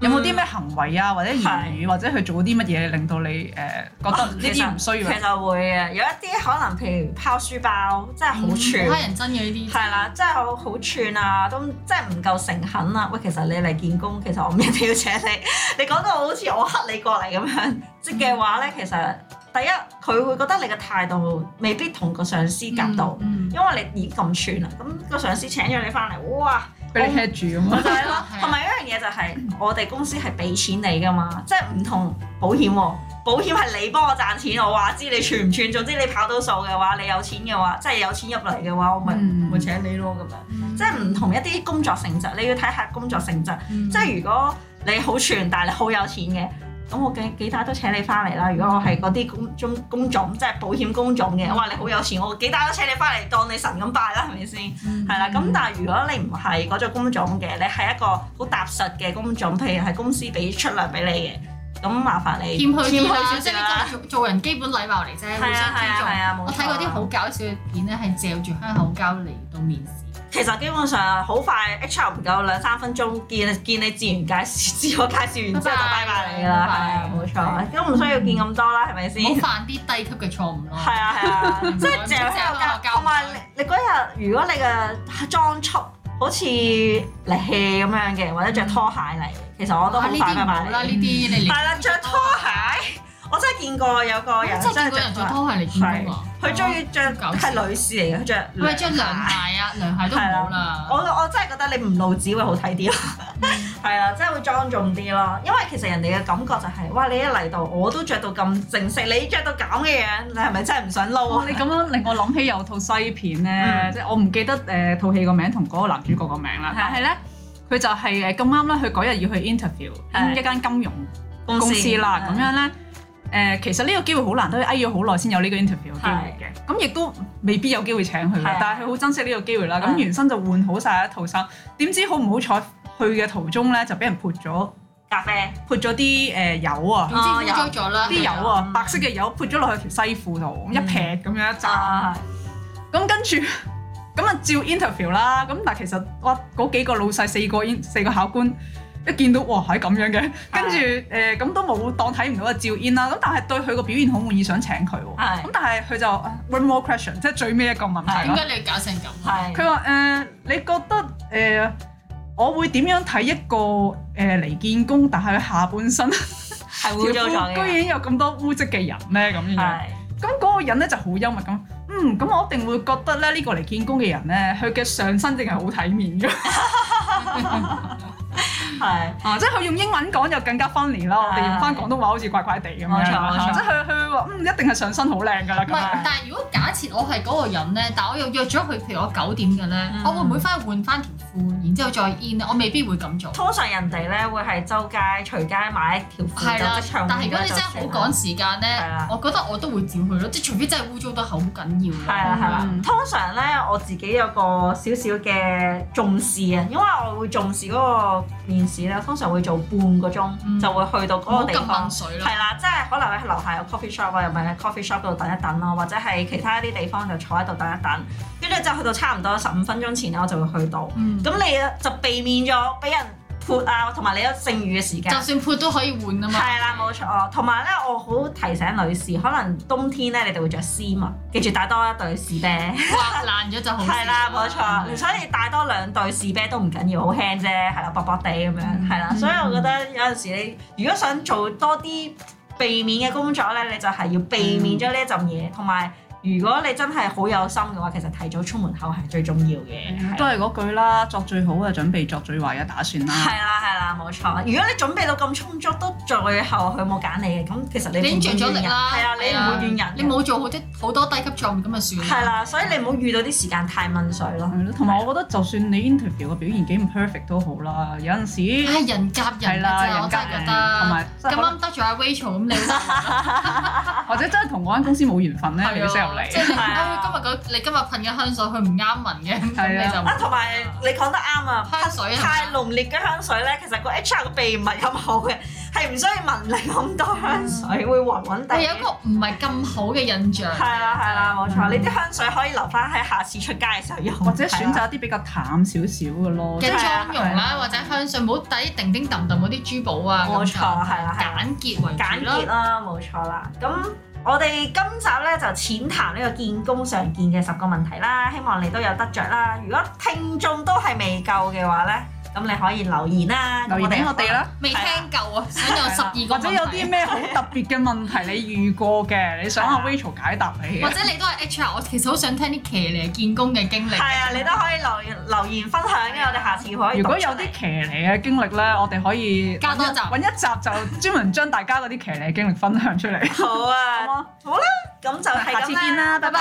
[SPEAKER 3] 有冇啲咩行為啊，或者言語，或者佢做啲乜嘢令到你誒、呃、覺得呢啲唔需要
[SPEAKER 2] 其實
[SPEAKER 3] 啊？
[SPEAKER 2] 其實會嘅，有一啲可能譬如拋書包，真係好
[SPEAKER 1] 好
[SPEAKER 2] 串
[SPEAKER 1] 乞。人憎嘅呢啲。
[SPEAKER 2] 係啊啦，真係好好串啊，咁真係唔夠誠懇啊！喂，其實你嚟見工，其實我唔一定要請你， 你講到好似我黑你過嚟咁樣，即嘅話咧，其實第一佢會覺得你嘅態度未必同個上司夾到，
[SPEAKER 1] 嗯，
[SPEAKER 2] 因為你已經咁串啦，咁、個上司請咗你翻嚟，哇！
[SPEAKER 3] 俾你 hit 住咁
[SPEAKER 2] 咪
[SPEAKER 3] 啊！
[SPEAKER 2] 就係咯
[SPEAKER 1] 係啊，
[SPEAKER 2] 同埋一樣嘢就係我哋公司係俾錢你噶嘛，即係唔同保險喎、保險係你幫我賺錢，我話知你串唔串，總之你跑到數嘅話，你有錢嘅話，即係有錢入嚟嘅話，我咪
[SPEAKER 3] 嗯
[SPEAKER 2] 咪請你咯咁樣。即
[SPEAKER 1] 係
[SPEAKER 2] 係唔同一啲工作性質，你要睇下工作性質。
[SPEAKER 1] 嗯
[SPEAKER 2] 即係如果你好串，但係你好有錢嘅，咁我幾幾大都請你翻嚟啦。如果我係嗰啲工種工種，即係保險工種嘅，哇你好有錢，我幾大都請你翻嚟當你神咁拜啦，係咪先？
[SPEAKER 1] 係
[SPEAKER 2] 係啦，咁但係如果你唔係嗰種工種嘅，你係一個好踏實嘅工種，譬如係公司俾出糧俾你嘅，咁麻煩你
[SPEAKER 1] 謙虛啲
[SPEAKER 2] 謙
[SPEAKER 1] 啦，
[SPEAKER 2] 少
[SPEAKER 1] 即
[SPEAKER 2] 少
[SPEAKER 1] 係呢個做做人基本禮貌嚟啫，
[SPEAKER 2] 係
[SPEAKER 1] 互
[SPEAKER 2] 啊
[SPEAKER 1] 相
[SPEAKER 2] 係
[SPEAKER 1] 尊
[SPEAKER 2] 啊
[SPEAKER 1] 重
[SPEAKER 2] 係。啊，冇錯
[SPEAKER 1] 我睇過啲好搞笑嘅片咧，係嚼住香口膠嚟到面試。
[SPEAKER 2] 其實基本上好快，HR 唔夠兩三分鐘見見你自然介紹、自我介紹完之後就拜拜你㗎啦，係啊，冇錯，都唔需要見咁多啦，係咪先？
[SPEAKER 1] 唔好犯啲低級嘅錯誤咯。
[SPEAKER 2] 嗯係啊係啊，即係嚼喺度教，同埋你你嗰日如果你嘅裝束好似嚟 hea 咁樣嘅，或者着拖鞋嚟，其實我都
[SPEAKER 1] 哇
[SPEAKER 2] 好啊
[SPEAKER 1] 呢
[SPEAKER 2] 快
[SPEAKER 1] 啲
[SPEAKER 2] 拜
[SPEAKER 1] 唔
[SPEAKER 2] 拜
[SPEAKER 1] 好
[SPEAKER 2] 你
[SPEAKER 1] 啦，。呢啲你
[SPEAKER 2] 但係啦，着拖，鞋，我真係見過有個
[SPEAKER 1] 我
[SPEAKER 2] 人
[SPEAKER 1] 真係
[SPEAKER 2] 真係
[SPEAKER 1] 見過人
[SPEAKER 2] 着拖
[SPEAKER 1] 着
[SPEAKER 2] 鞋，
[SPEAKER 1] 拖鞋嚟見工啊！
[SPEAKER 2] 佢中意着
[SPEAKER 1] 搞笑
[SPEAKER 2] 係女士嚟嘅，佢着
[SPEAKER 1] 喂着涼鞋啊，涼鞋都唔好啦嗯
[SPEAKER 2] 我。我真係覺得你唔露趾會好睇啲咯，係啊，真係會莊重啲咯。因為其實人哋嘅感覺就係、哇，你一嚟到我都着到咁正式，你着到咁嘅樣，你係咪真係唔想撈
[SPEAKER 3] 哇！
[SPEAKER 2] 啊
[SPEAKER 3] 你？咁樣令我諗起有套西片咧，
[SPEAKER 2] 嗯
[SPEAKER 3] 即係我唔記得誒套戲個名同嗰個男主角個名啦
[SPEAKER 2] 係，
[SPEAKER 3] 但係咧佢就係誒咁啱咧，佢嗰日要去 interview
[SPEAKER 2] 係
[SPEAKER 3] 一間金融公司啦，咁樣咧。誒、其實呢個機會好難得，都要翳咗好耐先有呢個 interview 嘅機會嘅，咁亦都未必有機會請佢
[SPEAKER 2] 係
[SPEAKER 3] 嘅
[SPEAKER 2] 啊，
[SPEAKER 3] 但係佢好珍惜呢個機會啦。
[SPEAKER 2] 係
[SPEAKER 3] 咁原身就換好晒一套衫，點知好唔好彩去嘅途中咧就俾人潑咗
[SPEAKER 2] 咖
[SPEAKER 1] 啊
[SPEAKER 2] 啡，
[SPEAKER 3] 潑咗啲誒油啊，
[SPEAKER 1] 總之
[SPEAKER 2] 哦
[SPEAKER 1] 污糟咗啦，
[SPEAKER 3] 啲油啊
[SPEAKER 2] 嗯
[SPEAKER 3] 白色嘅油潑咗落去條西褲度，咁一劈咁樣一扎。
[SPEAKER 2] 啊
[SPEAKER 3] 咁跟住 咁啊照 interview 啦，咁但係其實哇嗰幾個老細四個 in 四個考官一見到哇係咁樣嘅，跟住誒咁都冇當睇唔到啊照 in 啦，咁但係對佢個表現好滿意，想請佢喎。
[SPEAKER 2] 係
[SPEAKER 3] 咁但係佢就啊 one more question，即係最尾一個問題
[SPEAKER 1] 點
[SPEAKER 3] 啦。
[SPEAKER 1] 解你搞成咁？啊
[SPEAKER 2] 係啊
[SPEAKER 3] 佢話誒你覺得誒、呃我會點樣睇一個誒嚟、見工，但係佢下半身
[SPEAKER 2] 係污糟咗
[SPEAKER 3] 條褲 居
[SPEAKER 2] 嘅，
[SPEAKER 3] 然有咁多污跡嘅人咧咁樣。
[SPEAKER 2] 係
[SPEAKER 3] 咁嗰個人咧就好幽默咁，嗯，咁我一定會覺得咧呢個嚟見工嘅人咧，佢嘅上身淨係好體面 嘅，
[SPEAKER 2] 係
[SPEAKER 3] 啊，即係佢用英文講就更加 funny 啦，我哋用翻廣東話好似怪怪地咁樣
[SPEAKER 2] 冇錯
[SPEAKER 3] 啦，
[SPEAKER 2] 冇錯
[SPEAKER 3] 即係佢佢話嗯一定係上身好靚㗎啦咁樣，
[SPEAKER 1] 唔係，但係如果假設我係嗰個人咧，但我又約咗佢，譬如我九點嘅咧，
[SPEAKER 2] 嗯
[SPEAKER 1] 我會唔會翻去換翻條褲，然之後再 in 咧？我未必會咁做。
[SPEAKER 2] 通常人哋咧會係周街隨街買一條褲
[SPEAKER 1] 係啦
[SPEAKER 2] 就即，場換咗就算啦。
[SPEAKER 1] 但係如果你真係好趕時間
[SPEAKER 2] 係
[SPEAKER 1] 咧
[SPEAKER 2] 啦，
[SPEAKER 1] 我覺得我都會照去咯，即係除非真係污糟得好緊要
[SPEAKER 2] 係啦係啦
[SPEAKER 3] 嗯，
[SPEAKER 2] 通常咧我自己有個少少嘅重視啊，因為我會重視嗰個面試咧，通常會做半個鐘、
[SPEAKER 1] 嗯
[SPEAKER 2] 就會去到
[SPEAKER 1] 唔好
[SPEAKER 2] 嗰個地
[SPEAKER 1] 咁
[SPEAKER 2] 方
[SPEAKER 1] 掹。水啦。
[SPEAKER 2] 係啦，即係可能喺樓下有 coffee shop 啊，又咪喺 coffee shop 度等一等咯，或者係其他一啲地方就坐喺度等一等，跟住就去到差唔多十五分鐘前咧，我就會去到。
[SPEAKER 1] 嗯，
[SPEAKER 2] 咁你就避免咗俾人潑啊，同埋你有剩餘嘅時間
[SPEAKER 1] 就。算潑都可以換 啊嘛。
[SPEAKER 2] 係啦，冇錯。同埋咧，我好提醒女士，可能冬天咧，你哋會着絲襪，記住帶多一對士啤。
[SPEAKER 1] 刮爛咗就好。嗯
[SPEAKER 2] 係啦，冇錯。 所以帶多兩對士啤都唔緊要，好輕啫，係啦，薄薄地咁樣，係啦。所以我覺得有陣時你如果想做多啲避免嘅工作咧，你就係要避免咗呢一陣嘢，同埋如果你真係好有心嘅話，其實提早出門口係最重要嘅。嗯係啦啊
[SPEAKER 3] 都係嗰句啦，作最好嘅準備，作最壞嘅啊打算啦。
[SPEAKER 2] 係啦，係啦，冇錯。如果你準備到咁充足，都最後佢冇揀你嘅，咁其實你
[SPEAKER 1] 你已
[SPEAKER 2] 唔會
[SPEAKER 1] 經盡咗力啦。
[SPEAKER 2] 怨人係啊，你唔會怨人嘅。
[SPEAKER 1] 你冇做好啲好多低級錯誤咁就算啦。
[SPEAKER 2] 係啦，所以你唔好遇到啲時間太問水咯。
[SPEAKER 3] 係咯，同埋我覺得就算你 interview 個表現幾唔 perfect 都好啦，有陣時
[SPEAKER 1] 唉，人夾
[SPEAKER 3] 係
[SPEAKER 1] 人
[SPEAKER 3] 啦，人
[SPEAKER 1] 㗎咋，我真係覺
[SPEAKER 3] 格
[SPEAKER 1] 得。啊
[SPEAKER 3] 同埋
[SPEAKER 1] 咁啱得罪阿 Rachel 咁你好得閒啦
[SPEAKER 3] 或者真係同嗰間公司冇緣分咧，
[SPEAKER 1] 係啊
[SPEAKER 3] 你 sell 由你
[SPEAKER 1] 即係你
[SPEAKER 2] 係
[SPEAKER 1] 啊
[SPEAKER 2] 啊
[SPEAKER 1] 今日個你今日噴嘅香水佢唔啱聞嘅，咁
[SPEAKER 3] 係啊
[SPEAKER 1] 你就唔
[SPEAKER 2] 啊，同埋你講得啱啊！
[SPEAKER 1] 香水啊
[SPEAKER 2] 太濃烈嘅香水咧，其實個 HR 嘅秘密咁好嘅，係唔需要聞你咁多香水，會暈暈地。
[SPEAKER 1] 會嗯有一個唔係咁好嘅印象。
[SPEAKER 3] 啊
[SPEAKER 2] 係啦係啦，冇錯，
[SPEAKER 3] 嗯
[SPEAKER 2] 呢啲香水可以留翻喺下次出街嘅時候用，
[SPEAKER 3] 或者選擇一啲比較淡少少嘅咯，
[SPEAKER 1] 啊嘅
[SPEAKER 2] 係啊
[SPEAKER 1] 妝容啦，或者香水，唔好帶啲叮叮揼揼嗰啲珠寶啊，
[SPEAKER 2] 冇錯
[SPEAKER 1] 咁就
[SPEAKER 2] 係啦係啦
[SPEAKER 1] 簡潔為
[SPEAKER 2] 簡
[SPEAKER 1] 主
[SPEAKER 2] 潔
[SPEAKER 1] 啦。
[SPEAKER 2] 啦，冇錯啦。咁我哋今集咧就淺談呢個見工常見嘅十個問題啦，希望你都有得着啦。如果聽眾都係未夠嘅話咧，咁你可以留言啦，
[SPEAKER 3] 留言俾我哋。啦。
[SPEAKER 1] 未聽夠啊，想有十二個
[SPEAKER 3] 或者有
[SPEAKER 1] 問題
[SPEAKER 3] 啲咩好啊特別嘅問題你遇過嘅，你想阿 Rachel 解答你
[SPEAKER 1] 或
[SPEAKER 3] 嘅，
[SPEAKER 1] 者你都係 HR，我其實好想聽啲騎呢見工嘅經歷。
[SPEAKER 2] 係啊，你都可以留言留言分享嘅，我哋下次可以。
[SPEAKER 3] 如果有啲騎呢嘅經歷咧，我哋可以
[SPEAKER 1] 加多集
[SPEAKER 3] 揾一集就專門將大家嗰啲騎呢經歷分享出嚟。
[SPEAKER 2] 好啊，
[SPEAKER 3] 好啊
[SPEAKER 2] 好啦，咁就係
[SPEAKER 3] 下次
[SPEAKER 2] 咁
[SPEAKER 3] 見啦，拜拜。